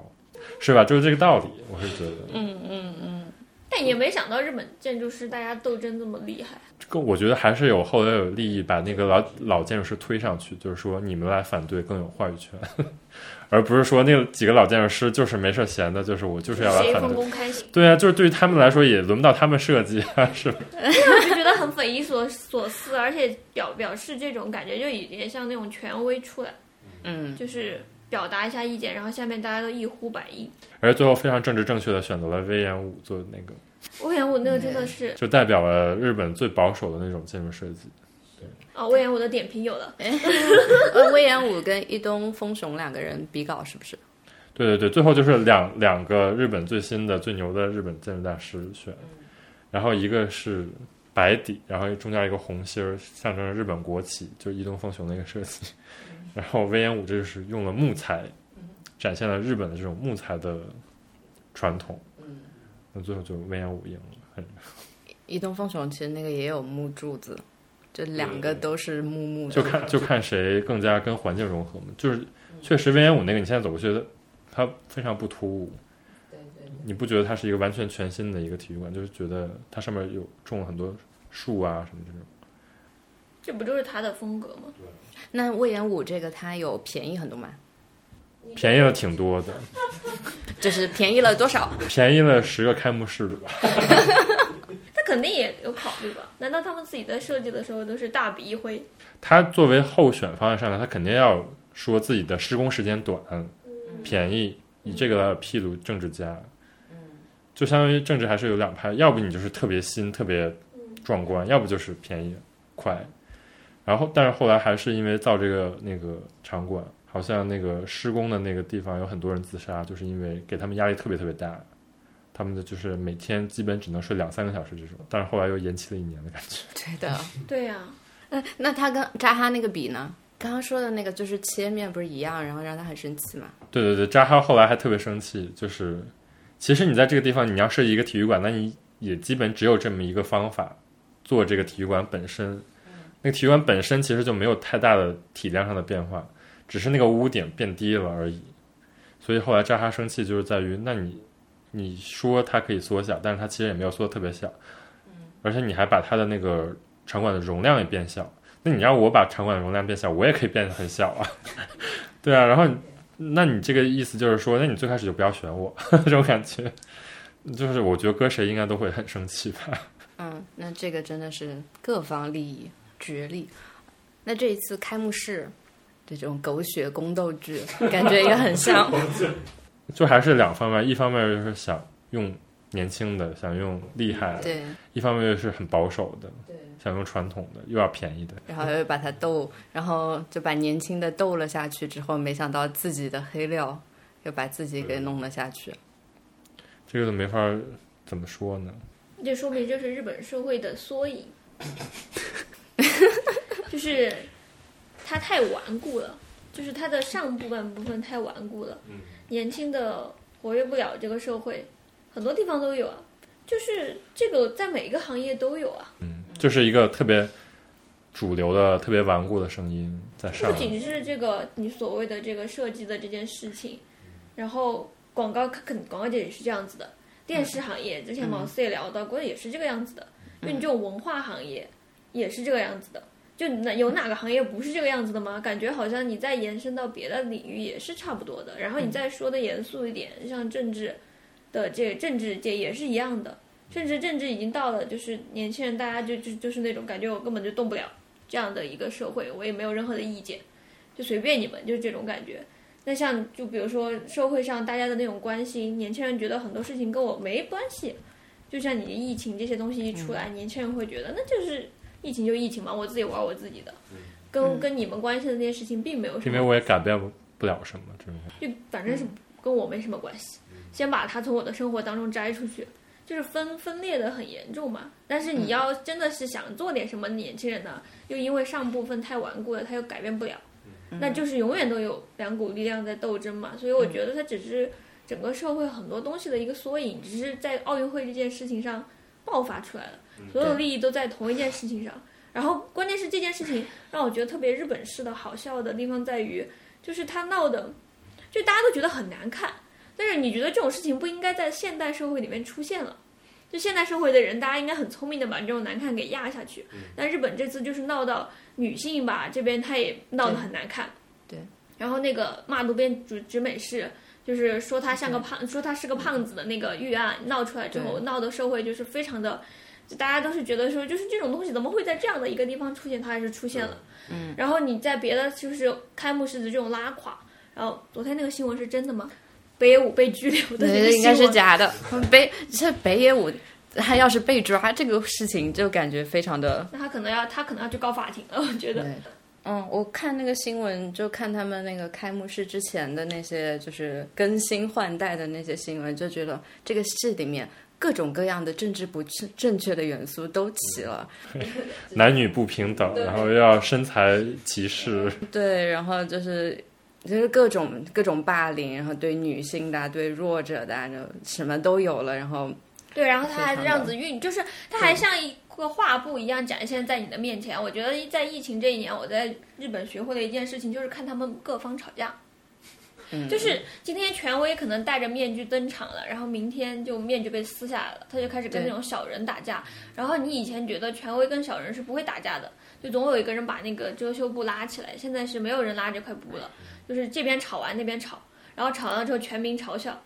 B: 是吧？就是这个道理，我是觉得。嗯嗯嗯。
C: 但也没想到日本建筑师大家斗争这么厉害。
B: 这个我觉得还是有后来有利益把那个老老建筑师推上去，就是说你们来反对更有话语权， [laughs] 而不是说那几个老建筑师就是没事闲的，就是我就是要来
C: 谁
B: 反
C: 分
B: 对。
C: 工开心，
B: 对啊，就是对于他们来说也轮不到他们设计啊，是吧？
C: 我就觉得很匪夷所所思，而且表表示这种感觉就有点像那种权威出来，
D: 嗯，
C: 就是表达一下意见，然后下面大家都一呼百应。
B: 而最后非常政治正确的选择了威严五做那个，
C: 魏延武那个真的是
B: 就代表了日本最保守的那种建筑设计。
C: 啊，魏延武的点评有了，
D: 呃，魏延武跟伊东丰雄两个人比稿是不是？
B: 对对对，最后就是两两个日本最新的最牛的日本建筑大师选，然后一个是白底，然后中间一个红心儿，象征着日本国旗，就是伊东丰雄的一个设计。 [laughs] 然后威严武这就是用了木材，展现了日本的这种木材的传统。那最后就威严武赢了。很
D: 伊东丰雄其实那个也有木柱子，就两个都是木木的，
B: 就看就看谁更加跟环境融合嘛。就是确实 V N 五那个，你现在走过去，它非常不突兀。你不觉得它是一个完全全新的一个体育馆？就是觉得它上面有种了很多树啊什么这种。
C: 这不就是他的风格吗？
D: 那魏延武这个它有便宜很多吗？
B: 便宜了挺多的，
D: 就是便宜了多少？
B: 便宜了十个开幕式吧。
C: 他肯定也有考虑吧？难道他们自己在设计的时候都是大笔一挥？
B: 它作为候选方案上来，它肯定要说自己的施工时间短、便宜，以这个来披露政治家。就相当于政治还是有两派，要不你就是特别新、特别壮观，要不就是便宜快。然后，但是后来还是因为造这个那个场馆，好像那个施工的那个地方有很多人自杀，就是因为给他们压力特别特别大，他们的就是每天基本只能睡两三个小时这种。但是后来又延期了一年的感觉。
D: 对的。
C: 对呀、
D: 那那他跟扎哈那个比呢？刚刚说的那个就是切面不是一样，然后让他很生气嘛？
B: 对对对，扎哈后来还特别生气，就是其实你在这个地方你要设计一个体育馆，那你也基本只有这么一个方法做这个体育馆本身。那个体育馆本身其实就没有太大的体量上的变化，只是那个屋顶变低了而已。所以后来扎哈生气就是在于，那你你说它可以缩小，但是它其实也没有缩得特别小，而且你还把它的那个场馆的容量也变小。那你让我把场馆的容量变小，我也可以变得很小啊。 [laughs] 对啊，然后那你这个意思就是说，那你最开始就不要选我， [laughs] 这种感觉，就是我觉得搁谁应该都会很生气吧。
D: 嗯，那这个真的是各方利益角力。那这一次开幕式这种狗血宫斗剧，感觉也很像。
B: 就还是两方面，一方面就是想用年轻的，想用厉害的；
D: 对，
B: 一方面又是很保守的，想用传统的，又要便宜的。
D: 然后又把他斗，然后就把年轻的斗了下去之后，没想到自己的黑料又把自己给弄了下去。
B: 这个就没法儿怎么说呢？
C: 这说明这是日本社会的缩影，就是它太顽固了，就是它的上部分部分太顽固了。年轻的活跃不了这个社会，很多地方都有啊，就是这个在每一个行业都有啊，
B: 就是一个特别主流的、特别顽固的声音在上
C: 不
B: 面。
C: 仅是这个你所谓的这个设计的这件事情，然后广告肯广告界也是这样子的，电视行业之前毛四也聊到过，也是这个样子的。就你这种文化行业也是这个样子的，就哪有哪个行业不是这个样子的吗？感觉好像你再延伸到别的领域也是差不多的，然后你再说的严肃一点，像政治的这政治界也是一样的，甚至政治已经到了就是年轻人大家就就就是那种感觉我根本就动不了这样的一个社会，我也没有任何的意见，就随便你们，就是这种感觉。那像就比如说社会上大家的那种关心，年轻人觉得很多事情跟我没关系，就像你疫情这些东西一出来，年轻人会觉得那就是疫情就疫情嘛，我自己玩我自己的，跟跟你们关系的那些事嗯情并没有什
B: 因
C: 么
B: 为，我也改变不了什么，这种
C: 就反正是跟我没什么关系，先把它从我的生活当中摘出去，就是分分裂的很严重嘛。但是你要真的是想做点什么，年轻人呢，又因为上部分太顽固了，他又改变不了，那就是永远都有两股力量在斗争嘛。所以我觉得它只是整个社会很多东西的一个缩影，只是在奥运会这件事情上爆发出来了，所有利益都在同一件事情上。然后关键是这件事情让我觉得特别日本式的好笑的地方在于，就是他闹的，就大家都觉得很难看，但是你觉得这种事情不应该在现代社会里面出现了。就现代社会的人，大家应该很聪明的把这种难看给压下去。但日本这次就是闹到女性吧，这边她也闹得很难看。
D: 对对
C: 然后那个骂渡边直直美是，就是说她像个胖，说她是个胖子的那个预案闹出来之后，
D: 对
C: 闹的社会就是非常的，就大家都是觉得说，就是这种东西怎么会在这样的一个地方出现，它还是出现了。嗯。然后你在别的就是开幕式的这种拉垮，然后昨天那个新闻是真的吗？北野武被拘留的那个新
D: 对，
C: 闻
D: 应该是假 [laughs] 的。嗯北这北野武，他要是被抓，这个事情就感觉非常的
C: 那他可能要他可能要去告法庭了，我觉得。
D: 对嗯，我看那个新闻，就看他们那个开幕式之前的那些，就是更新换代的那些新闻，就觉得这个戏里面各种各样的政治不正正确的元素都齐了。
B: 男女不平等，然后又要身材歧视，
D: 对，然后就是就是各种各种霸凌，然后对女性的啊、对弱者的啊，就什么都有了。然后
C: 对，然后他还
D: 非常
C: 这样
D: 的
C: 子运，就是他还像一个画布一样展现在你的面前。我觉得在疫情这一年，我在日本学会的一件事情就是看他们各方吵架。
D: 嗯
C: 就是今天权威可能戴着面具登场了，然后明天就面具被撕下来了，他就开始跟
D: 对
C: 那种小人打架。然后你以前觉得权威跟小人是不会打架的，就总有一个人把那个遮羞布拉起来，现在是没有人拉这块布了，就是这边吵完那边吵，然后吵完之后全民嘲笑。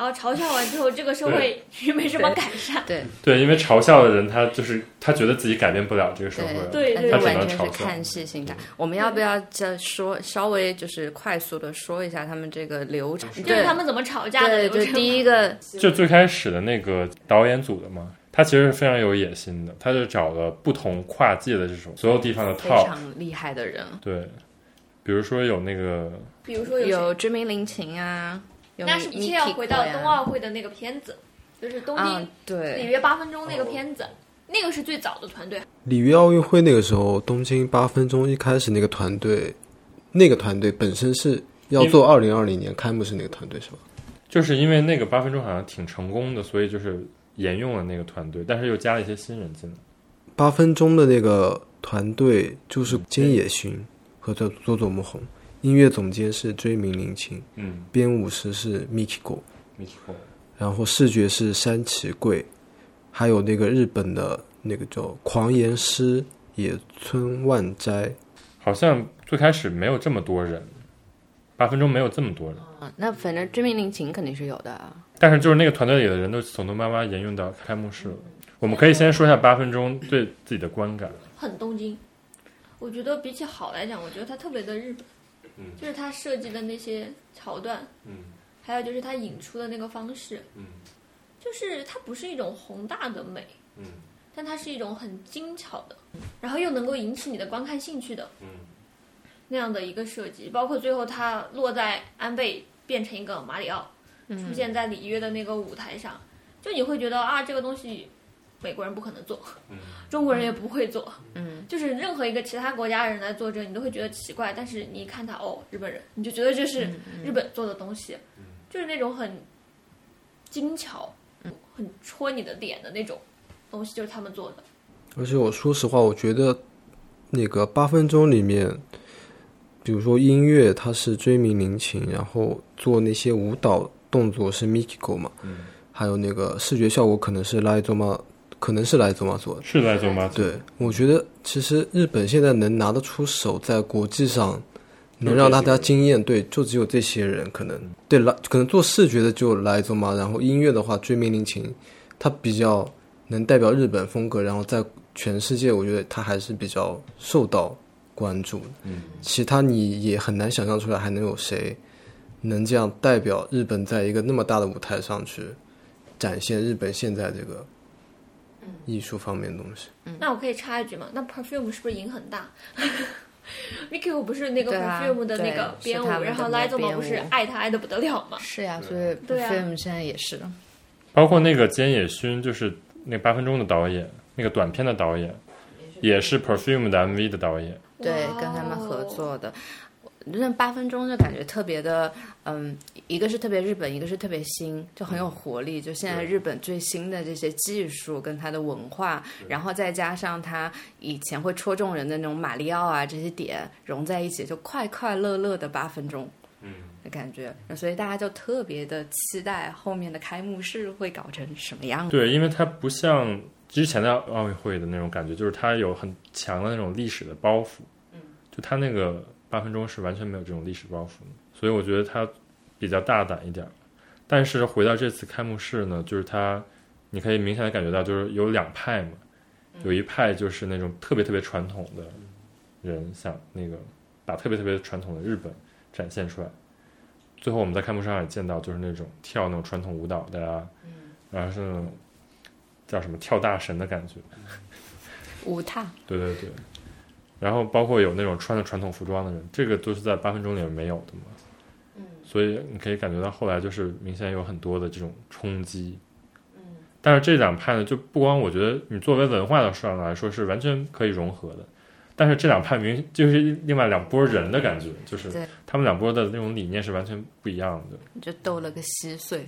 C: 然后嘲笑完之后，这个社会也没什么改善。
D: 对
B: 对，因为嘲笑的人他就是他觉得自己改变不了这个社
D: 对
B: 会了，
C: 对
D: 但
C: 对
D: 是
C: 他只
D: 完
B: 能
D: 全
B: 嘲
D: 是
B: 笑
D: 看戏性的。我们要不要再说稍微就是快速的说一下他们这个流程？
C: 就是
D: 对
C: 他。们怎么吵架的
D: 对，
C: 流
D: 就
C: 程。
D: 第一个
B: 就最开始的那个导演组的嘛，他其实是非常有野心的，他就找了不同跨界的这种所有地方的
D: 非
B: top，
D: 常厉害的人，
B: 对，比如说有那个
C: 比如说
D: 有
C: 有谁，
D: 知名林琴啊，有
C: 那是一切要
D: Miki
C: 回到
D: Koi 啊
C: 冬奥会的那个片子，就是东
D: 啊
C: 京，里
D: 对，哦
C: 约八分钟那个片子，那个是最早的团队。
A: 里约奥运会那个时候，东京八分钟一开始那个团队，那个团队本身是要做二零二零年开幕式那个团队是吧？
B: 就是因为那个八分钟好像挺成功的，所以就是沿用了那个团队，但是又加了一些新人进来。
A: 八分钟的那个团队就是金野勋和佐佐佐木宏，音乐总监是追名林檎，
B: 嗯
A: 编舞师是 Mikiko，
B: ，Mikiko，
A: 然后视觉是山崎贵，还有那个日本的那个叫狂言师野村万斋，
B: 好像最开始没有这么多人，八分钟没有这么多人，
D: 嗯那反正知名林琴肯定是有的啊，
B: 但是就是那个团队里的人都从头慢慢沿用到开幕式了。我们可以先说一下八分钟对自己的观感，
C: 很东京。我觉得比起好来讲，我觉得它特别的日本，
B: 嗯
C: 就是它设计的那些桥段，
B: 嗯
C: 还有就是它引出的那个方式，
B: 嗯
C: 就是它不是一种宏大的美，
B: 嗯
C: 但它是一种很精巧的，然后又能够引起你的观看兴趣的
B: 嗯，
C: 那样的一个设计。包括最后它落在安倍变成一个马里奥，出现在里约的那个舞台上，就你会觉得啊，这个东西美国人不可能做，
B: 嗯
C: 中国人也不会做，
D: 嗯，
C: 就是任何一个其他国家人来做这个，你都会觉得奇怪。但是你一看他哦，日本人，你就觉得这是
D: 嗯
C: 日本做的东西，就是那种很精巧、
D: 嗯
C: 很戳你的脸的那种东西，就是他们做的。
A: 而且我说实话，我觉得那个八分钟里面，比如说音乐，它是追名林琴，然后做那些舞蹈动作是 Mikiko 嘛，
B: 嗯
A: 还有那个视觉效果可能是来做嘛，可能是来做嘛做的。
B: 是在做吗？
A: 对，我觉得其实日本现在能拿得出手，在国际上能让大家惊艳，对，就只有这些人可能对来，可能做视觉的就来走嘛，然后音乐的话，追命令琴，它比较能代表日本风格，然后在全世界，我觉得它还是比较受到关注的。
B: 嗯，
A: 其他你也很难想象出来，还能有谁能这样代表日本，在一个那么大的舞台上去展现日本现在这个艺术方面的东西。
D: 嗯
C: 那我可以插一句吗？那 perfume 是不是瘾很大？Vicky 不是那个
D: 对啊
C: perfume 的那个
D: 对
C: 编舞，
D: 是他们
C: 然后
D: 的
C: Lizo 嘛不是
D: 编舞
C: 爱他爱的不得了吗？
D: 是呀，所以
C: 对啊
D: FM 现在也是，
B: 包括那个菅野勋，就是那八分钟的导演，那个短片的导演，也是 Perfume 的 MV 的导演。
D: 对
C: 哇，哦
D: 跟他们合作的。那八分钟就感觉特别的，嗯，一个是特别日本，一个是特别新，就很有活力。就现在日本最新的这些技术跟它的文化，然后再加上它以前会戳中人的那种马里奥啊这些点融在一起，就快快乐乐的八分钟。的感觉，所以大家就特别的期待后面的开幕式会搞成什么样。
B: 对，因为它不像之前的奥运会的那种感觉，就是它有很强的那种历史的包袱。就它那个八分钟是完全没有这种历史包袱的，所以我觉得它比较大胆一点儿。但是回到这次开幕式呢，就是它，你可以明显的感觉到，就是有两派嘛，有一派就是那种特别特别传统的人想那个把特别特别传统的日本展现出来。最后我们在开幕式上也见到，就是那种跳那种传统舞蹈的呀、然后是那种叫什么跳大神的感觉，
D: 舞踏，
B: 对对对，然后包括有那种穿着传统服装的人，这个都是在八分钟里面没有的嘛。所以你可以感觉到后来就是明显有很多的这种冲击。但是这两派呢，就不光我觉得你作为文化的上来说是完全可以融合的，但是这两派明就是另外两拨人的感觉，就是
D: 对
B: 他们两拨的那种理念是完全不一样的。
D: 就斗了个稀碎。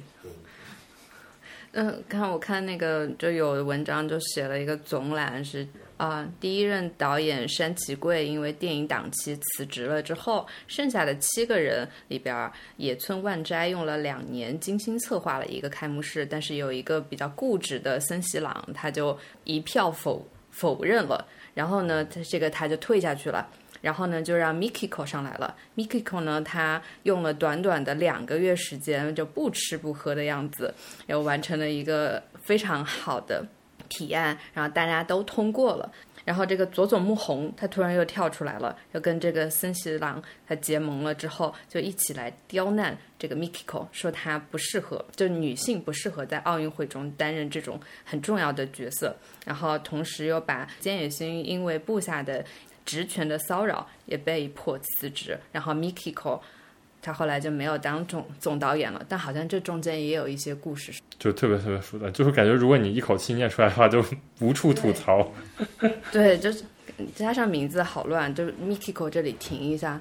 D: 嗯，看我看那个就有的文章就写了一个总览是啊、第一任导演山崎贵因为电影档期辞职了之后，剩下的七个人里边儿，野村万斋用了两年精心策划了一个开幕式，但是有一个比较固执的森喜朗，他就一票否否认了，然后呢，他这个他就退下去了。然后呢，就让 Mikiko 上来了。Mikiko 呢，他用了短短的两个月时间，就不吃不喝的样子，然后完成了一个非常好的提案，然后大家都通过了。然后这个佐佐木宏他突然又跳出来了，又跟这个森喜朗他结盟了之后，就一起来刁难这个 Mikiko，说她不适合，就女性不适合在奥运会中担任这种很重要的角色。然后同时又把菅野薰因为部下的职权的骚扰也被迫辞职，然后 Mikiko 他后来就没有当总总导演了，但好像这中间也有一些故事。
B: 就特别特别复杂，就是感觉如果你一口气念出来的话，就无处吐槽。
D: 对，就是加上名字好乱，就是 Mikiko 这里停一下，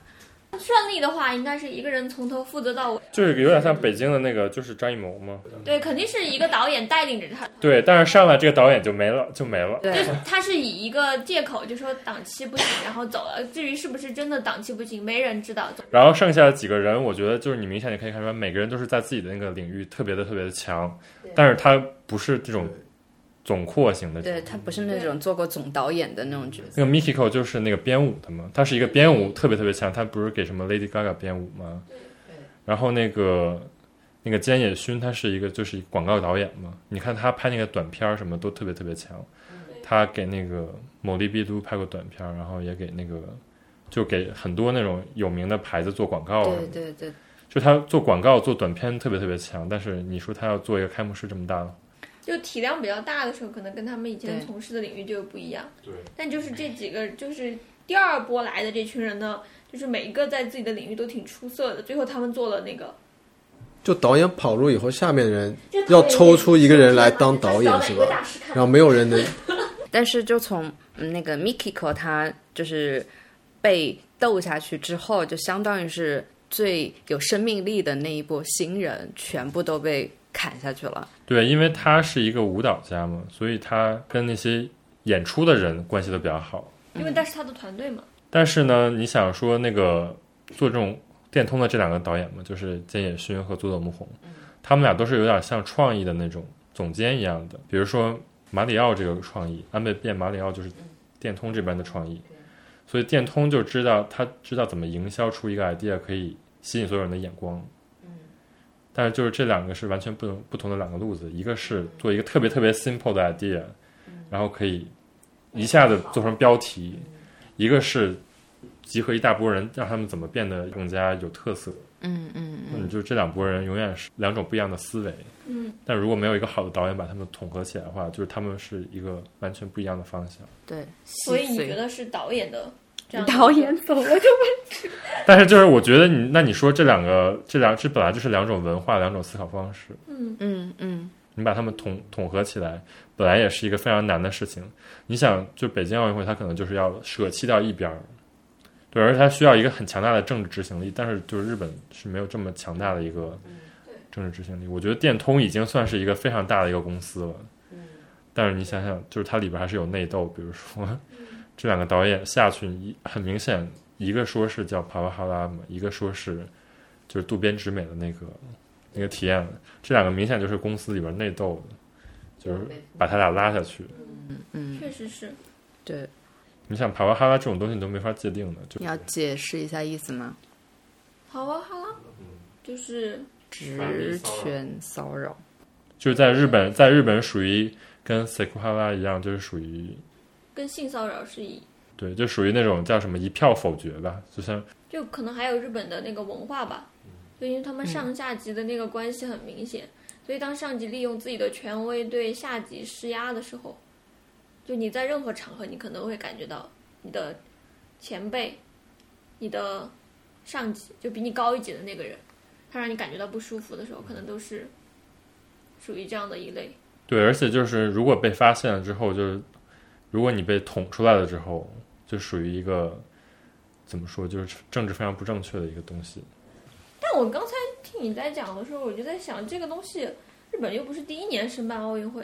C: 顺利的话，应该是一个人从头负责到尾，
B: 就是有点像北京的那个，就是张艺谋嘛。
C: 对，肯定是一个导演带领着他，
B: 对，但是上来这个导演就没了，就没了。
D: 对
C: 就是他是以一个借口就说档期不行，然后走了。至于是不是真的档期不行，没人知道。
B: 然后剩下的几个人，我觉得就是你明显就可以看出来，每个人都是在自己的那个领域特别的特别的强，但是他不是这种总括型的。
D: 对他不是那种做过总导演的那种角色。
B: 那个 Mikiko 就是那个编舞的嘛，他是一个编舞特别特别强，他不是给什么 Lady Gaga 编舞吗？然后那个那个菅野勋，他是一个就是一个广告导演嘛，你看他拍那个短片儿什么都特别特别强，
D: 嗯
B: 他给那个某利必都拍过短片儿，然后也给那个就给很多那种有名的牌子做广告什么的
D: 对对对，
B: 就他做广告、做短片特别特别强，但是你说他要做一个开幕式这么大的，
C: 就体量比较大的时候，可能跟他们以前
D: 对
C: 从事的领域就不一样。
B: 对，
C: 但就是这几个，就是第二波来的这群人呢，就是每一个在自己的领域都挺出色的。最后他们做了那个，
A: 就导演跑路以后，下面的人要抽出一个人来当导演是吧？然后没有人能
D: 但是就从嗯那个 Mikiko 他就是被斗下去之后，就相当于是最有生命力的那一波新人，全部都被砍下去了。
B: 对，因为他是一个舞蹈家嘛，所以他跟那些演出的人关系都比较好。
C: 因为但是他的团队嘛，
B: 但是呢，你想说那个做这种电通的这两个导演嘛，就是菅野勋和佐佐木宏，他们俩都是有点像创意的那种总监一样的。比如说马里奥这个创意，安倍变马里奥就是电通这边的创意，所以电通就知道他知道怎么营销出一个 idea 可以吸引所有人的眼光。但是就是这两个是完全不同不同的两个路子，一个是做一个特别特别 simple 的 idea，然后可以一下子做成标题，一个是集合一大波人，让他们怎么变得更加有特色。
D: 嗯嗯
B: 嗯，就这两拨人永远是两种不一样的思维。
C: 嗯，
B: 但如果没有一个好的导演把他们统合起来的话，就是他们是一个完全不一样的方向。
D: 对，
C: 所以你
D: 细碎
C: 觉得是导演的这样的
D: 导演走了就
B: 但是就是我觉得你，那你说这两个，这两这本来就是两种文化，两种思考方式，
C: 嗯，
D: 嗯嗯，
B: 你把他们统统合起来，本来也是一个非常难的事情。你想，就北京奥运会，它可能就是要舍弃掉一边儿，对，而且它需要一个很强大的政治执行力，但是就是日本是没有这么强大的一个政治执行力。我觉得电通已经算是一个非常大的一个公司了，但是你想想，就是它里边还是有内斗，比如说 [laughs] 这两个导演下去，一很明显，一个说是叫帕瓦哈拉姆，一个说是就是渡边直美的那个那个体验了。这两个明显就是公司里边内斗的，就是把他俩拉下去。
D: 嗯，
C: 确实是，
D: 对，
B: 你想帕瓦哈拉这种东西你都没法界定的，就
D: 你要解释一下意思吗？
C: 好啊好啊，就是
D: 职权骚扰，
B: 就是在日本，在日本属于跟 s e k u h a r a 一样，就是属于
C: 跟性骚扰是一，
B: 对，就属于那种叫什么一票否决吧，就像
C: 就可能还有日本的那个文化吧，就因为他们上下级的那个关系很明显，所以当上级利用自己的权威对下级施压的时候，就你在任何场合，你可能会感觉到你的前辈、你的上级，就比你高一级的那个人，他让你感觉到不舒服的时候，可能都是属于这样的一类。
B: 对，而且就是如果被发现了之后，就是如果你被捅出来了之后，就属于一个怎么说，就是政治非常不正确的一个东西。
C: 但我刚才听你在讲的时候，我就在想，这个东西日本又不是第一年申办奥运会，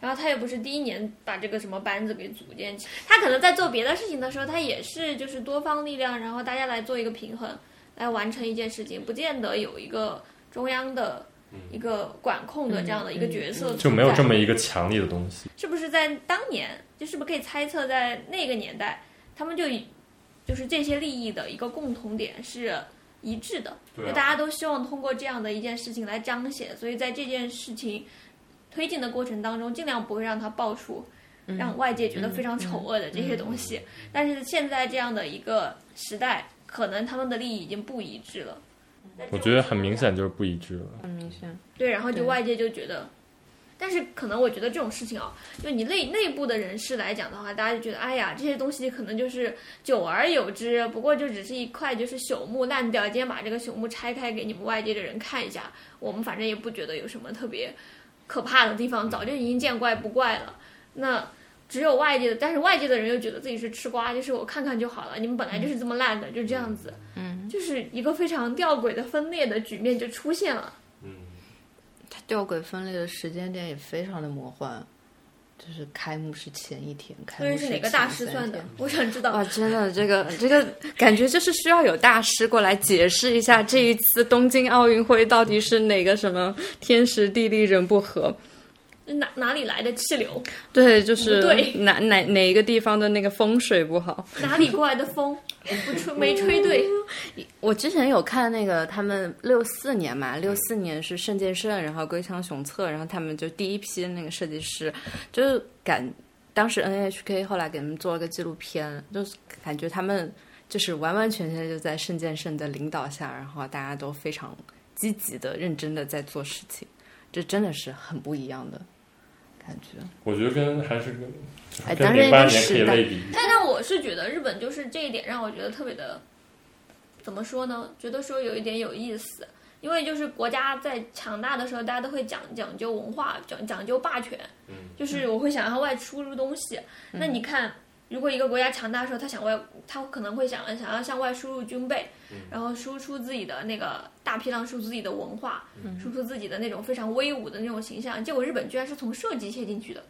C: 然后他也不是第一年把这个什么班子给组建起，他可能在做别的事情的时候，他也是就是多方力量，然后大家来做一个平衡，来完成一件事情，不见得有一个中央的一个管控的这样的一个角色、
B: 嗯就没有这么一个强力的东西。
C: 是不是在当年，就是不是可以猜测，在那个年代，他们就以就是这些利益的一个共同点是一致的，
B: 对啊
C: 就大家都希望通过这样的一件事情来彰显，所以在这件事情推进的过程当中，尽量不会让它爆出
B: 嗯
C: 让外界觉得非常丑恶的这些东西。但是现在这样的一个时代，可能他们的利益已经不一致了。
B: 我觉得很明显就是不一致了。
D: 很
C: 嗯
D: 明显。
C: 对，然后就
D: 对
C: 外界就觉得，但是可能我觉得这种事情啊，就你内内部的人士来讲的话，大家就觉得，哎呀，这些东西可能就是久而有之，不过就只是一块就是朽木烂掉，今天把这个朽木拆开给你们外界的人看一下，我们反正也不觉得有什么特别可怕的地方，早就已经见怪不怪了。那。只有外界的，但是外界的人又觉得自己是吃瓜，就是我看看就好了。你们本来就是这么烂的，就这样子，嗯，就是一个非常吊诡的分裂的局面就出现了。
D: 它吊诡分裂的时间点也非常的魔幻，就是开幕式前一天，开
C: 究
D: 幕
C: 竟
D: 式
C: 是哪个大
D: 前
C: 师
D: 三
C: 算的
D: 天？
C: 我想知道
D: 哇，。真的，这个这个感觉就是需要有大师过来解释一下这一次东京奥运会到底是哪个什么天时地利人不和。
C: 哪哪里来的气流，
D: 对，就是
C: 不对
D: 哪哪哪一个地方的那个风水不好。
C: 哪里过来的风， [laughs] 不吹没吹对，
D: 我之前有看那个他们六四年
B: 嗯
D: 嘛，六四年是圣剑圣，然后龟仓雄策，然后他们就第一批那个设计师，就是感当时 NHK 后来给他们做了个纪录片，就是感觉他们就是完完全全就在圣剑圣的领导下，然后大家都非常积极的、认真的在做事情，这真的是很不一样的感觉。
B: 我觉得跟还是跟
D: 哎，
B: 跟
D: 当然
B: 零
D: 一
B: 八
D: 个
B: 年可以
D: 时代
B: 类比，
C: 但但我是觉得日本就是这一点让我觉得特别的，怎么说呢？觉得说有一点有意思，因为就是国家在强大的时候，大家都会讲讲究文化，讲讲究霸权，就是我会想向外输入东西。那你看，如果一个国家强大的时候，他想外，他可能会想想要向外输入军备，然后输出自己的那个大批量输出自己的文化，输出自己的那种非常威武的那种形象。结果日本居然是从设计切进去的。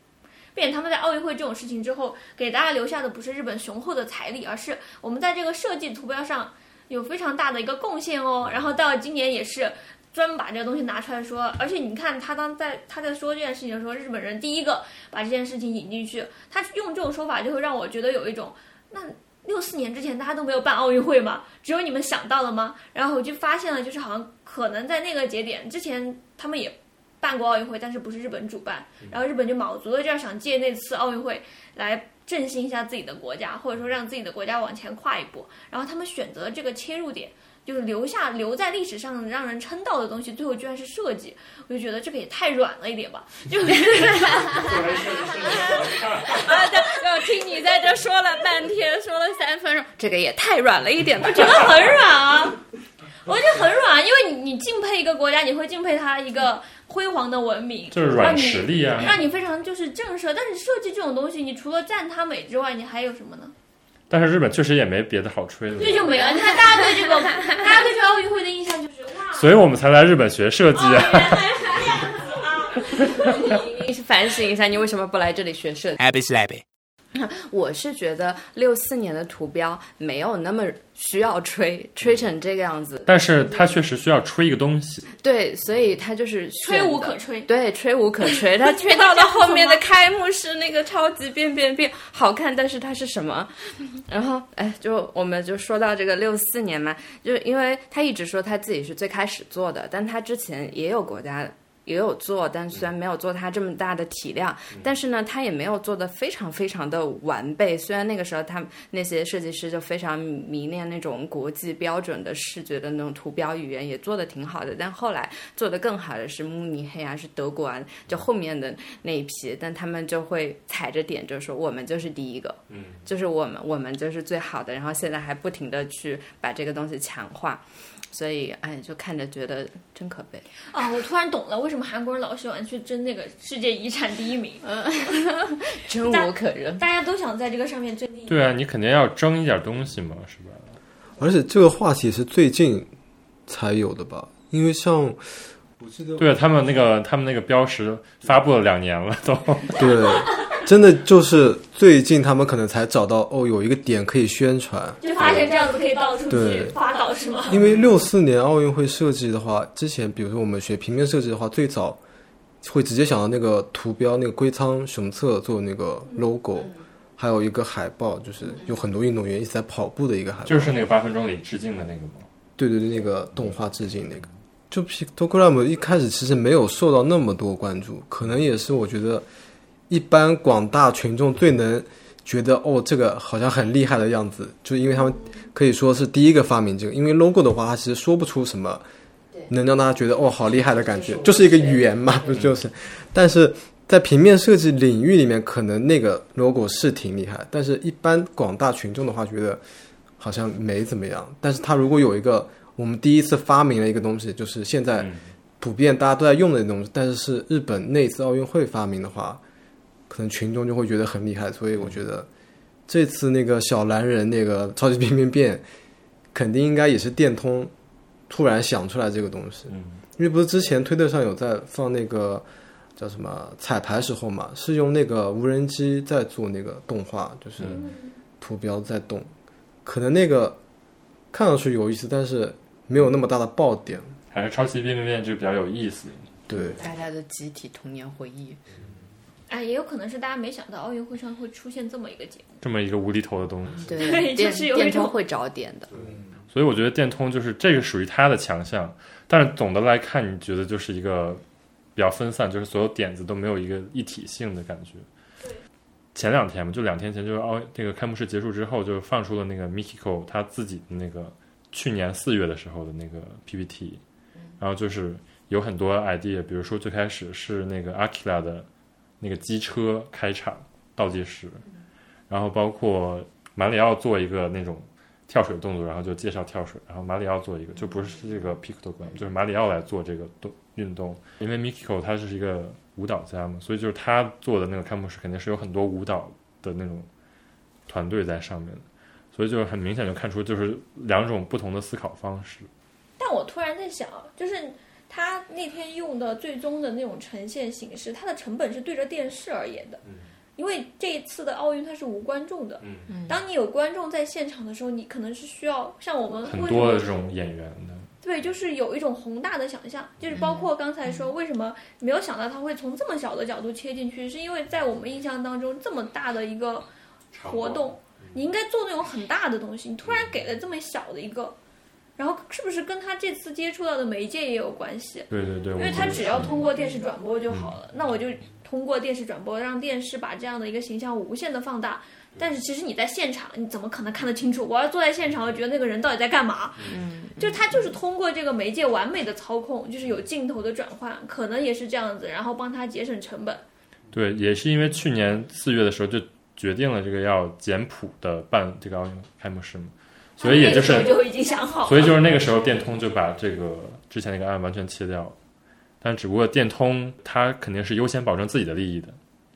C: 并且他们在奥运会这种事情之后，给大家留下的不是日本雄厚的财力，而是我们在这个设计图标上有非常大的一个贡献哦。然后到今年也是专门把这个东西拿出来说，而且你看他当在他在说这件事情的时候，日本人第一个把这件事情引进去，他用这种说法就会让我觉得有一种那。六四年之前，大家都没有办奥运会嘛，只有你们想到了吗？然后我就发现了，就是好像可能在那个节点之前，他们也办过奥运会，但是不是日本主办，然后日本就卯足了劲儿想借那次奥运会来振兴一下自己的国家，或者说让自己的国家往前跨一步。然后他们选择这个切入点，就是留下留在历史上让人称道的东西，最后居然是设计，我就觉得这个也太软了一点
D: [laughs]
C: 吧。就
D: 啊，对，我听你在这说了半天，说了三分钟，这个也太软了
B: [laughs]
D: 一点吧。
C: 觉得很软啊，我觉得很软，因为你你敬佩一个国家，你会敬佩它一个辉煌的文明，
B: 就是软实力啊
C: 让你，让你非常就是震慑。但是设计这种东西，你除了赞它美之外，你还有什么呢？
B: 但是日本确实也没别的好吹的了，
C: 这就没了。你看，大家对这个，大家对这个奥运会的印象就是哇，哦
B: 所以我们才来日本学设计啊。
C: 原来是这样子啊！啊
D: 你反省一下，你为什么不来这里学设计？
E: Abby Slappy.
D: 我是觉得六四年的图标没有那么需要吹，吹成这个样子。
B: 但是它确实需要吹一个东西，
D: 对，所以他就是选
C: 吹无
D: 的
C: 可吹。
D: 对，吹无可吹。他吹到了后面的开幕是那个超级变变变，好看，但是它是什么？ [laughs] 然后，哎，就我们就说到这个六四年嘛，就是因为他一直说他自己是最开始做的，但他之前也有国家。也有做，但虽然没有做它这么大的体量，但是呢，他也没有做的非常非常的完备。虽然那个时候他那些设计师就非常迷恋那种国际标准的视觉的那种图标语言，也做的挺好的，但后来做的更好的是慕尼黑啊，是德国啊，就后面的那一批，但他们就会踩着点，就说我们就是第一个，嗯，就是我们我们就是最好的，然后现在还不停的去把这个东西强化，所以哎，就看着觉得真可悲。
C: [laughs] 啊，我突然懂了，为什么韩国人老喜欢去争那个世界遗产第一名，
B: 嗯
D: 真无可忍。
C: 大家都想在这个上面争第一。
B: 对啊，你肯定要争一点东西嘛，是吧？
A: 而且这个话题是最近才有的吧？因为像我记得
B: 对啊，他们那个他们那个标识发布了两年了都， [laughs]
A: 对， [laughs] 真的就是最近他们可能才找到哦，有一个点可以宣传。
C: 就发现这样子可以到处去
A: 对
C: 发搞是吗？
A: 因为六四年奥运会设计的话，之前比如说我们学平面设计的话，最早会直接想到那个图标，那个龟仓雄策做那个 logo，还有一个海报，就是有很多运动员一直在跑步的一个海报。
B: 就是那个八分钟里致敬的那个吗？
A: 对对对，那个动画致敬那个，就 Pictogram 一开始其实没有受到那么多关注，可能也是我觉得一般广大群众最能觉得哦，这个好像很厉害的样子，就是因为他们可以说是第一个发明这个，因为 logo 的话，它其实说不出什么。能让大家觉得哦，好厉害的感觉，就是一个语言嘛，不就是？但是在平面设计领域里面，可能那个 logo 是挺厉害，但是一般广大群众的话，觉得好像没怎么样。但是它如果有一个我们第一次发明了一个东西，就是现在普遍大家都在用的东西，但是是日本那次奥运会发明的话，可能群众就会觉得很厉害。所以我觉得这次那个小蓝人那个超级变变变，肯定应该也是电通突然想出来这个东西。因为不是之前推特上有在放那个叫什么彩排时候嘛，是用那个无人机在做那个动画，就是图标在动，可能那个看上去有意思，但是没有那么大的爆点。
B: 还是超级变变变就比较有意思。
A: 对，
D: 大家的集体童年回忆，
C: 哎，也有可能是大家没想到奥运会上会出现这么一个节目。
B: 这么一个无厘头的东西，
D: 对，
C: 对就
D: 电
C: 是有一
D: 电
C: 种
D: 通会找点的，
B: 所以我觉得电通就是这个属于它的强项，但是总的来看，你觉得就是一个比较分散，就是所有点子都没有一个一体性的感觉。前两天嘛，就两天前，就是奥那个开幕式结束之后，就放出了那个 Mikiko 他自己的那个去年四月的时候的那个 PPT，然后就是有很多 idea，比如说最开始是那个 Akira 的那个机车开场倒计时，然后包括马里奥做一个那种跳水动作，然后就介绍跳水，然后马里奥做一个，就不是这个 pictogram，就是马里奥来做这个动运动，因为 Mikiko 他是一个舞蹈家嘛，所以就是他做的那个开幕式肯定是有很多舞蹈的那种团队在上面的，所以就是很明显就看出就是两种不同的思考方式。
C: 但我突然在想，啊就是他那天用的最终的那种呈现形式，它的成本是对着电视而言的，
B: 嗯
C: 因为这一次的奥运它是无观众的。当你有观众在现场的时候，你可能是需要像我们
B: 很
C: 为什
B: 多
C: 么
B: 的这种演员的，
C: 对，就是有一种宏大的想象，就是包括刚才说为什么没有想到他会从这么小的角度切进去，是因为在我们印象当中，这么大的一个活动，你应该做那种很大的东西，你突然给了这么小的一个，然后是不是跟他这次接触到的媒介也有关系？啊
B: 对对对，
C: 因
B: 我
C: 为
B: 觉
C: 他
B: 得嗯
C: 只要通过电视转播就好了，那我就通过电视转播让电视把这样的一个形象无限的放大。但是其实你在现场，你怎么可能看得清楚？我要坐在现场，我觉得那个人到底在干嘛？嗯，就他就是通过这个媒介完美的操控，就是有镜头的转换，可能也是这样子，然后帮他节省成本。
B: 对，也是因为去年四月的时候就决定了这个要简朴的办这个奥运开幕式嘛，所以也就是
C: 他那个时候就已经想好了，
B: 所以就是那个时候，电通就把这个之前那个案完全切掉了。但只不过电通它肯定是优先保证自己的利益的，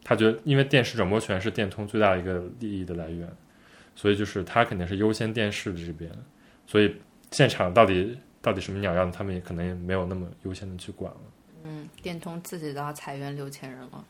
B: 他觉得因为电视转播权是电通最大的一个利益的来源，所以就是它肯定是优先电视这边，所以现场到底到底什么鸟样，他们也可能也没有那么优先的去管了。
D: 嗯，电通自己都要裁员六千人了。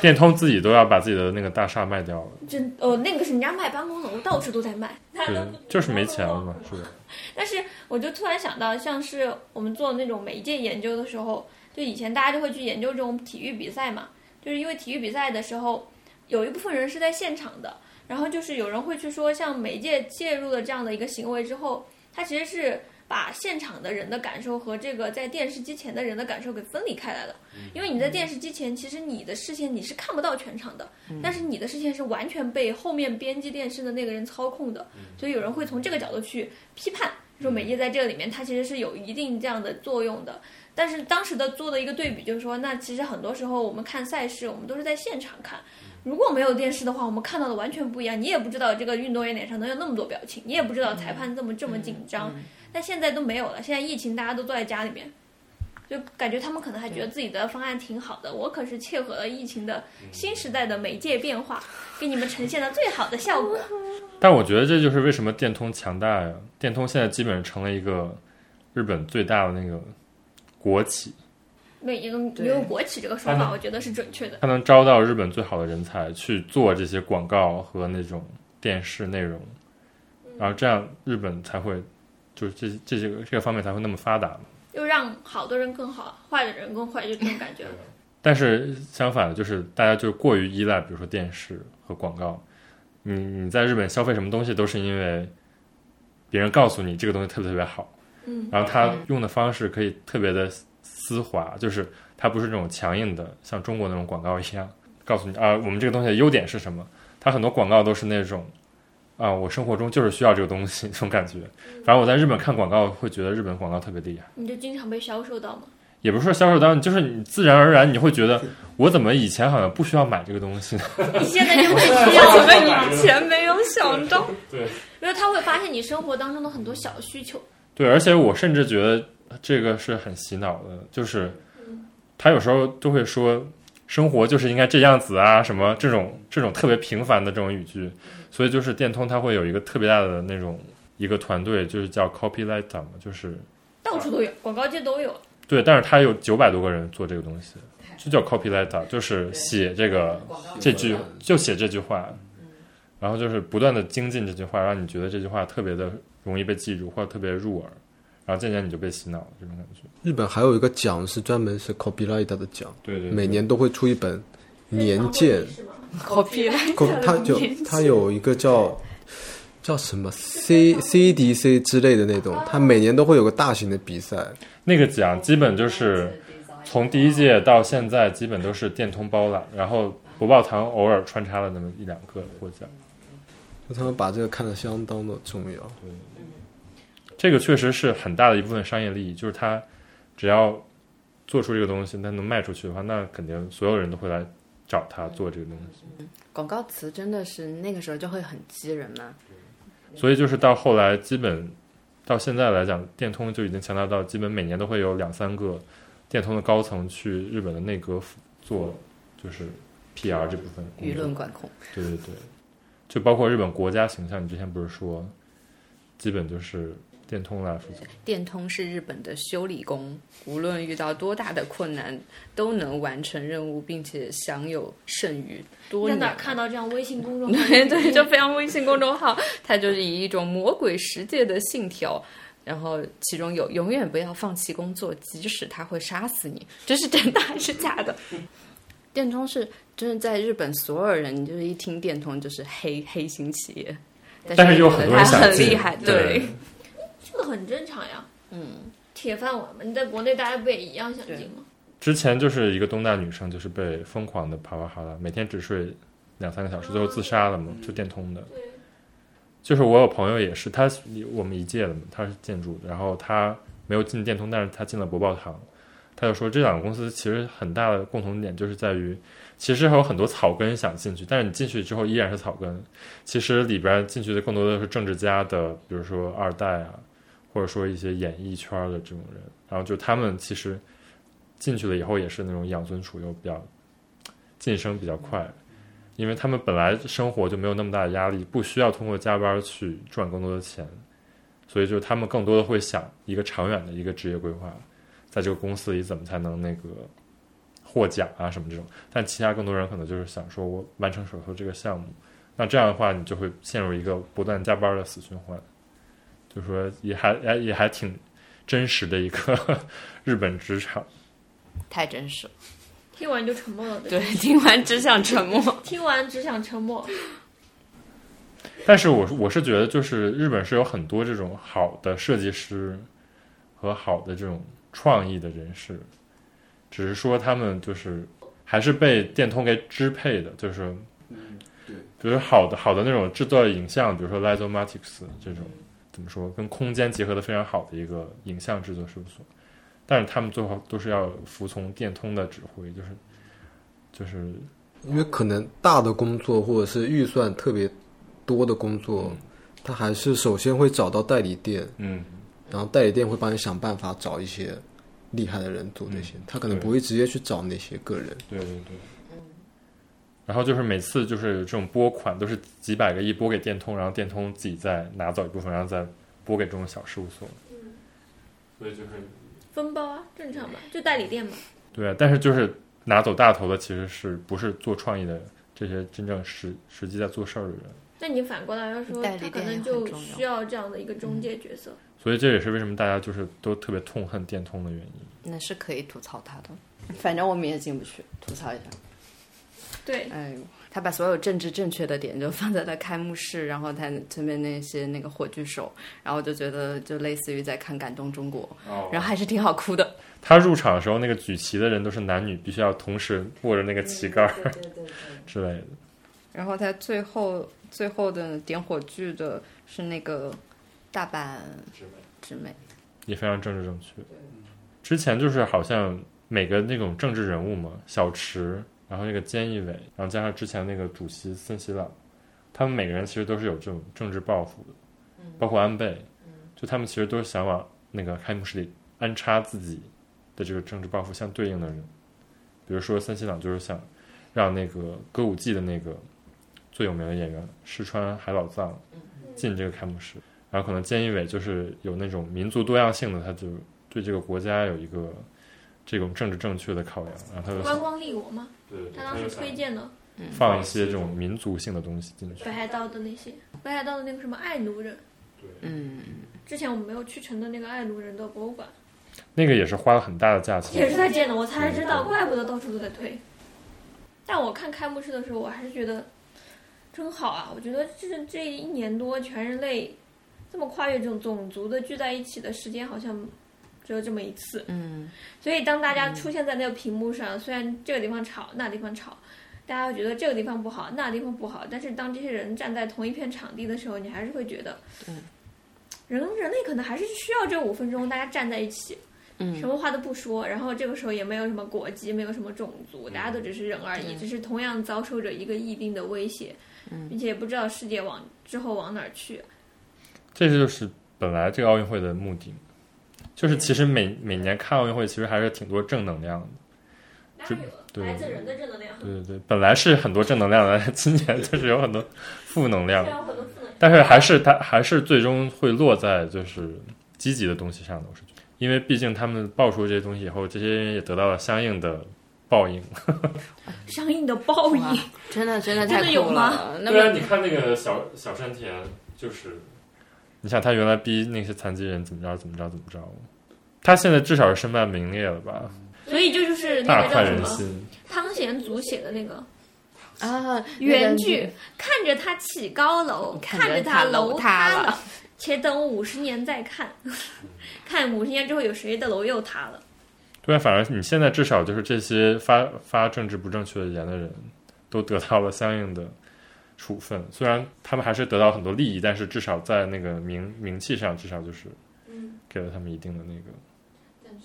B: 电通自己都要把自己的那个大厦卖掉了，
C: 真哦，那个是人家卖办公楼，到处都在卖，大家
B: 对
C: 都，
B: 就是没钱了嘛，是的，
C: 但是我就突然想到，像是我们做那种媒介研究的时候，就以前大家就会去研究这种体育比赛嘛，就是因为体育比赛的时候，有一部分人是在现场的，然后就是有人会去说，像媒介介入的这样的一个行为之后，它其实是把现场的人的感受和这个在电视机前的人的感受给分离开来了，因为你在电视机前，其实你的视线你是看不到全场的，但是你的视线是完全被后面编辑电视的那个人操控的，所以有人会从这个角度去批判。说媒介在这个里面，它其实是有一定这样的作用的。但是当时的做的一个对比就是说，那其实很多时候我们看赛事，我们都是在现场看。如果没有电视的话，我们看到的完全不一样。你也不知道这个运动员脸上能有那么多表情，你也不知道裁判这么这么紧张。但现在都没有了，现在疫情大家都坐在家里面，就感觉他们可能还觉得自己的方案挺好的。我可是切合了疫情的新时代的媒介变化，给你们呈现了最好的效果。
B: 但我觉得这就是为什么电通强大呀。电通现在基本上成了一个日本最大的那个国企，
C: 没有
D: 对
C: 没有国企这个说
B: 哎
C: 法，
B: 那
C: 我觉得是准确的。
B: 它能招到日本最好的人才去做这些广告和那种电视内容，然后这样日本才会就是这这些个这个方面才会那么发达嘛。
C: 又让好的人更好，坏的人更坏，就这种感觉。
B: 但是相反的，就是大家就过于依赖，比如说电视和广告。你你在日本消费什么东西，都是因为别人告诉你这个东西特别特别好，
C: 嗯，
B: 然后他用的方式可以特别的丝滑，就是它不是那种强硬的，像中国那种广告一样，告诉你啊，我们这个东西的优点是什么。它很多广告都是那种啊，我生活中就是需要这个东西这种感觉。反正我在日本看广告，会觉得日本广告特别厉害。
C: 你就经常被销售到嘛。
B: 也不是说销售单，就是你自然而然你会觉得，我怎么以前好像不需要买这个东西呢？ [laughs]
C: 你现在就会需要，
D: 们以前没有想到？ [laughs]
C: 因为他会发现你生活当中的很多小需求。
B: 对，而且我甚至觉得这个是很洗脑的，就是他有时候就会说，生活就是应该这样子啊，什么这种这种特别平凡的这种语句，所以就是电通它会有一个特别大的那种一个团队，就是叫 copywriter 嘛，就是
C: 到处都有，广告界都有。
B: 对，但是他有九百多个人做这个东西，就叫 copywriter，就是写这个这句就写这句话，然后就是不断的精进这句话，让你觉得这句话特别的容易被记住或者特别入耳，然后渐渐你就被洗脑了这种感觉。
A: 日本还有一个奖是专门是 copyright 的奖，
B: 对对
A: 每年都会出一本年鉴，
D: 好屁！
A: [laughs] co- 它就它有一个叫叫什么 C C D C 之类的那种，它每年都会有个大型的比赛，
B: 那个奖基本就是从第一届到现在，基本都是电通包揽，然后博报堂偶尔穿插了那么一两个获奖。
A: 就他们把这个看得相当的重要。
B: 这个确实是很大的一部分商业利益，就是它只要做出这个东西，它能卖出去的话，那肯定所有人都会来找他做这个东西。
D: 广告词真的是那个时候就会很激人啊嘛。
B: 所以就是到后来，基本到现在来讲，电通就已经强大到基本每年都会有两三个电通的高层去日本的内阁府做，就是 PR 这部分工作
D: 啊舆论管控，
B: 对对对，就包括日本国家形象，你之前不是说，基本就是电通来负责。
D: 电通是日本的修理工，无论遇到多大的困难，都能完成任务，并且享有剩余。多
C: 在
D: 年
C: 哪儿看到这样微信公众号？
D: [laughs] 对对，就非常微信公众号， [laughs] 它就是以一种魔鬼十诫的信条，然后其中有永远不要放弃工作，即使它会杀死你，这是真的还 [laughs] 是假的？电通是就是在日本，所有人你就是一听电通就是黑黑心企业，
B: 但是有
D: 我觉
B: 很
D: 得
B: 多人
D: 它
B: 想
D: 很
B: 进
D: 厉害，
B: 对
C: 这个很正常呀。嗯，铁饭碗嘛，你在国内大家不也一样想进吗？
B: 之前就是一个东大女生，就是被疯狂的啪啪哈拉，每天只睡两三个小时，最后自杀了嘛，就电通的。就是我有朋友也是，他是我们一届的嘛，他是建筑的，然后他没有进电通，但是他进了博报堂。他就说，这两个公司其实很大的共同点就是在于，其实还有很多草根想进去，但是你进去之后依然是草根。其实里边进去的更多的是政治家的，比如说二代啊，或者说一些演艺圈的这种人。然后就他们其实进去了以后也是那种养尊处优，比较晋升比较快，因为他们本来生活就没有那么大的压力，不需要通过加班去赚更多的钱，所以就他们更多的会想一个长远的一个职业规划。在这个公司里怎么才能那个获奖啊什么这种，但其他更多人可能就是想说我完成手术这个项目，那这样的话你就会陷入一个不断加班的死循环，就说也还也也还挺真实的一个 [laughs] 日本职场。
D: 太真实了。
C: 听完就沉默
D: [laughs]
C: 了。对
D: 对
C: 吧，，
D: 听完只想沉默。
C: 听完只想沉默。
B: 但是我是我是觉得，就是日本是有很多这种好的设计师和好的这种创意的人士，只是说他们就是还是被电通给支配的，就是，比如好的好的那种制作影像，比如说 Lizomatics 这种怎么说，跟空间结合的非常好的一个影像制作事务所，但是他们最后都是要服从电通的指挥，就是就是
A: 因为可能大的工作或者是预算特别多的工作，他还是首先会找到代理店，
B: 嗯，
A: 然后代理店会帮你想办法找一些厉害的人做这些，他可能
B: 对
A: 不会直接去找那些个人。
B: 对对对。嗯然后就是每次就是这种拨款都是几百个亿拨给电通，然后电通自己再拿走一部分，然后再拨给这种小事务所。所以就是
C: 分包啊，正常
D: 嗯
C: 嘛，就代理店嘛。
B: 对啊，但是就是拿走大头的其实是不是做创意的这些真正实实际在做事儿的人？
C: 那你反过来要说，
D: 代理
C: 他可
D: 店也
C: 能
D: 很
C: 就
D: 重要嗯
C: 需要这样的一个中介角色。
B: 所以这也是为什么大家就是都特别痛恨电通的原因。
D: 那是可以吐槽他的，反正我们也进不去，吐槽一下。
C: 对，
D: 哎呦，他把所有政治正确的点就放在了开幕式，然后他前面那些那个火炬手，然后我就觉得就类似于在看《感动中国》然后还是挺好哭的。
B: 他入场的时候，那个举旗的人都是男女，必须要同时握着那个旗杆儿 [laughs] 之类的。
D: 然后他最后最后的点火炬的是那个大阪直美，
B: 也非常政治正确。之前就是好像每个那种政治人物嘛，小池，然后那个菅义伟，然后加上之前那个主席森喜朗，他们每个人其实都是有这种政治抱负
C: 嗯
B: 的，包括安倍，就他们其实都是想往那个开幕式里安插自己的这个政治抱负相对应的人，比如说森喜朗就是想让那个歌舞伎的那个最有名的演员石川海老藏
C: 嗯
B: 进这个开幕式，然后可能菅义伟就是有那种民族多样性的，他就对这个国家有一个这种政治正确的考量，然后他就
C: 观
B: 想
C: 光立国嘛，他当时推荐的
B: 放一些这种民族性的东西进去
C: 北。海道的那些，北海道的那个什么爱奴人，
D: 嗯，
C: 之前我们没有去成的那个爱奴人的博物馆，
B: 那个也是花了很大的价钱，
C: 也是他建的，我才知道，怪不得到处都在推。但我看开幕式的时候，我还是觉得真好啊！我觉得这这一年多，全人类这么跨越这种种族的聚在一起的时间，好像只有这么一次。
D: 嗯，
C: 所以当大家出现在那个屏幕上，虽然这个地方吵，那地方吵，大家会觉得这个地方不好，那地方不好，但是当这些人站在同一片场地的时候，你还是会觉得，人人类可能还是需要这五分钟大家站在一起，什么话都不说，然后这个时候也没有什么国籍，没有什么种
B: 嗯
C: 族，大家都只是人而已，只是同样遭受着一个疫病的威胁，
B: 嗯
C: 并且也不知道世界往之后往哪儿去。
B: 这就是本来这个奥运会的目的，就是其实每每年看奥运会，其实还是挺多正能量的。这对来自
C: 人的正能量，
B: 对对对，本来是很多正能量的，今年就是有很多负能量，
C: 很多负能
B: 但是还是它还是最终会落在就是积极的东西上的，我是觉得，因为毕竟他们爆出这些东西以后，这些人也得到了相应的报应。
C: 相应的报
D: 哇
C: 应。
D: 真的真的
C: 真的
D: 太
C: 有
D: 酷
C: 吗
D: 了。那
B: 对啊，
D: 么
B: 你看那个小小山田，就是，你想他原来逼那些残疾人怎么着怎么着怎么着，他现在至少是身败名裂了吧，
C: 所以这就是那
B: 大
C: 个
B: 快
C: 叫什
B: 人
C: 么
B: 心。
C: 汤显祖写的那个
D: 啊，
C: 原剧，看着他起高楼，
D: 看
C: 看
D: 着他
C: 他
D: 楼塌
C: 塌
D: 了，
C: 且等五十年再看， [laughs] 看五十年之后有谁的楼又塌了。
B: 对啊，反而你现在至少就是这些发发政治不正确的言的人，都得到了相应的处分。虽然他们还是得到很多利益，但是至少在那个名名气上，至少就是
C: 嗯
B: 给了他们一定的那个。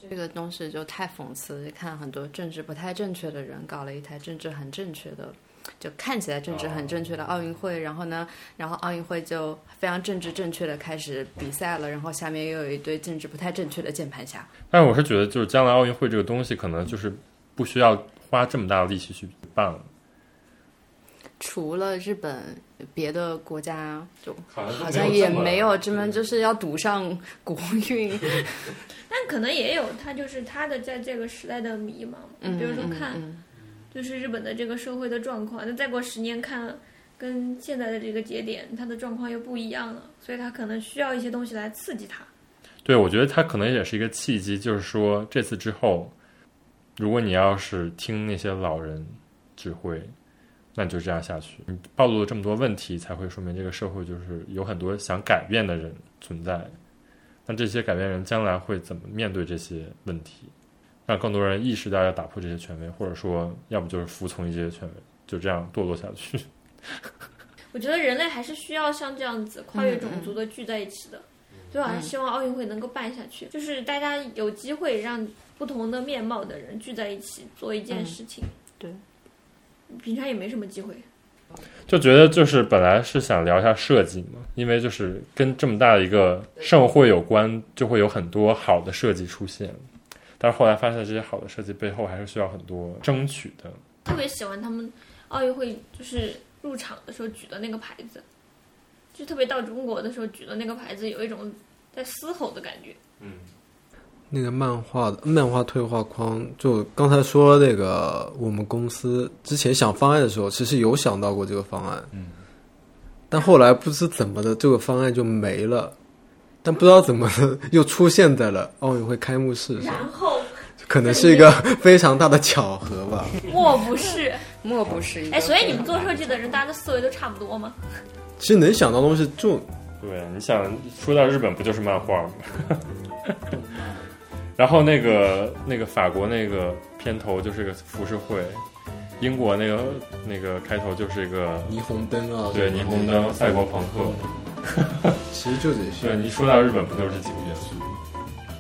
D: 这个东西就太讽刺，看很多政治不太正确的人搞了一台政治很正确的，就看起来政治很正确
B: 哦
D: 的奥运会，然后呢，然后奥运会就非常政治正确的开始比赛了，然后下面又有一堆政治不太正确的键盘侠，
B: 但是我是觉得，就是将来奥运会这个东西，可能就是不需要花这么大的力气去办了。
D: 除了日本，别的国家就
B: 好像都
D: 好像
B: 没有
D: 也
B: 这么
D: 没有这么
B: 对嗯
D: 就是要赌上国运。
C: 但可能也有他就是他的在这个时代的迷茫，
D: 嗯
C: 比如说
D: 嗯
C: 看
D: 嗯
C: 就是日本的这个社会的状况，那再过十年看，跟现在的这个节点，它的状况又不一样了，所以他可能需要一些东西来刺激他。
B: 对，我觉得它可能也是一个契机，就是说这次之后，如果你要是听那些老人指挥，那你就这样下去。你暴露了这么多问题，才会说明这个社会就是有很多想改变的人存在。那这些改变人将来会怎么面对这些问题？让更多人意识到要打破这些权威，或者说，要不就是服从一些权威，就这样堕落下去。
C: 我觉得人类还是需要像这样子跨越种族的聚在一起的，
D: 嗯
C: 所以我还是希望奥运会能够办下去，就是大家有机会让不同的面貌的人聚在一起做一件事情。
D: 嗯对，
C: 平常也没什么机会。
B: 就觉得就是本来是想聊一下设计嘛，因为就是跟这么大的一个盛会有关，就会有很多好的设计出现。但是后来发现，这些好的设计背后还是需要很多争取的。
C: 特别喜欢他们奥运会就是入场的时候举的那个牌子，就特别到中国的时候举的那个牌子，有一种在嘶吼的感觉。
A: 那个漫画的漫画退化框，就刚才说那个，我们公司之前想方案的时候，其实有想到过这个方案，嗯，但后来不知怎么的，这个方案就没了，但不知道怎么的又出现在了奥运会开幕式上，
C: 然后
A: 可能是一个非常大的巧合吧。
C: 莫不是，
D: 莫不是一个
C: [laughs] 哎，所以你们做设计的人，大家的思维都差不多吗？
A: 其实能想到的东西就
B: 对，你想说到日本，不就是漫画 [laughs] 吗？然后那个那个法国那个片头就是个浮世绘，英国那个那个开头就是一个
A: 霓虹灯啊，
B: 对
A: 什么
B: 霓虹灯、赛博朋克。
A: [laughs] 其实就这
B: 对，
A: 些，
B: 你说到日本，不就是这几个元素？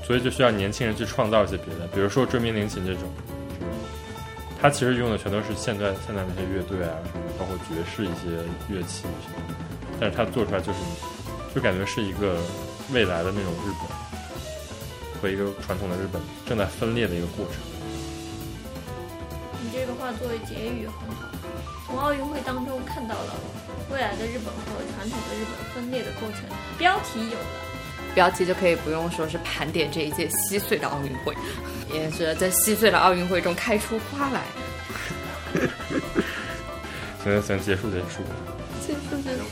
B: 所以就需要年轻人去创造一些别的，比如说《追名铃琴》这种，是吧它其实用的全都是现在现在那些乐队啊，什么包括爵士一些乐器什么的，但是它做出来就是，就感觉是一个未来的那种日本和一个传统的日本正在分裂的一个过程。
C: 你这个话作为结语很好，从奥运会当中看到了未来的日本和传统的日本分裂的过程，标题有了。
D: 标题就可以不用说是盘点这一届稀碎的奥运会，也是在稀碎的奥运会中开出花来。
B: 行行行，结束结束。
D: 这就是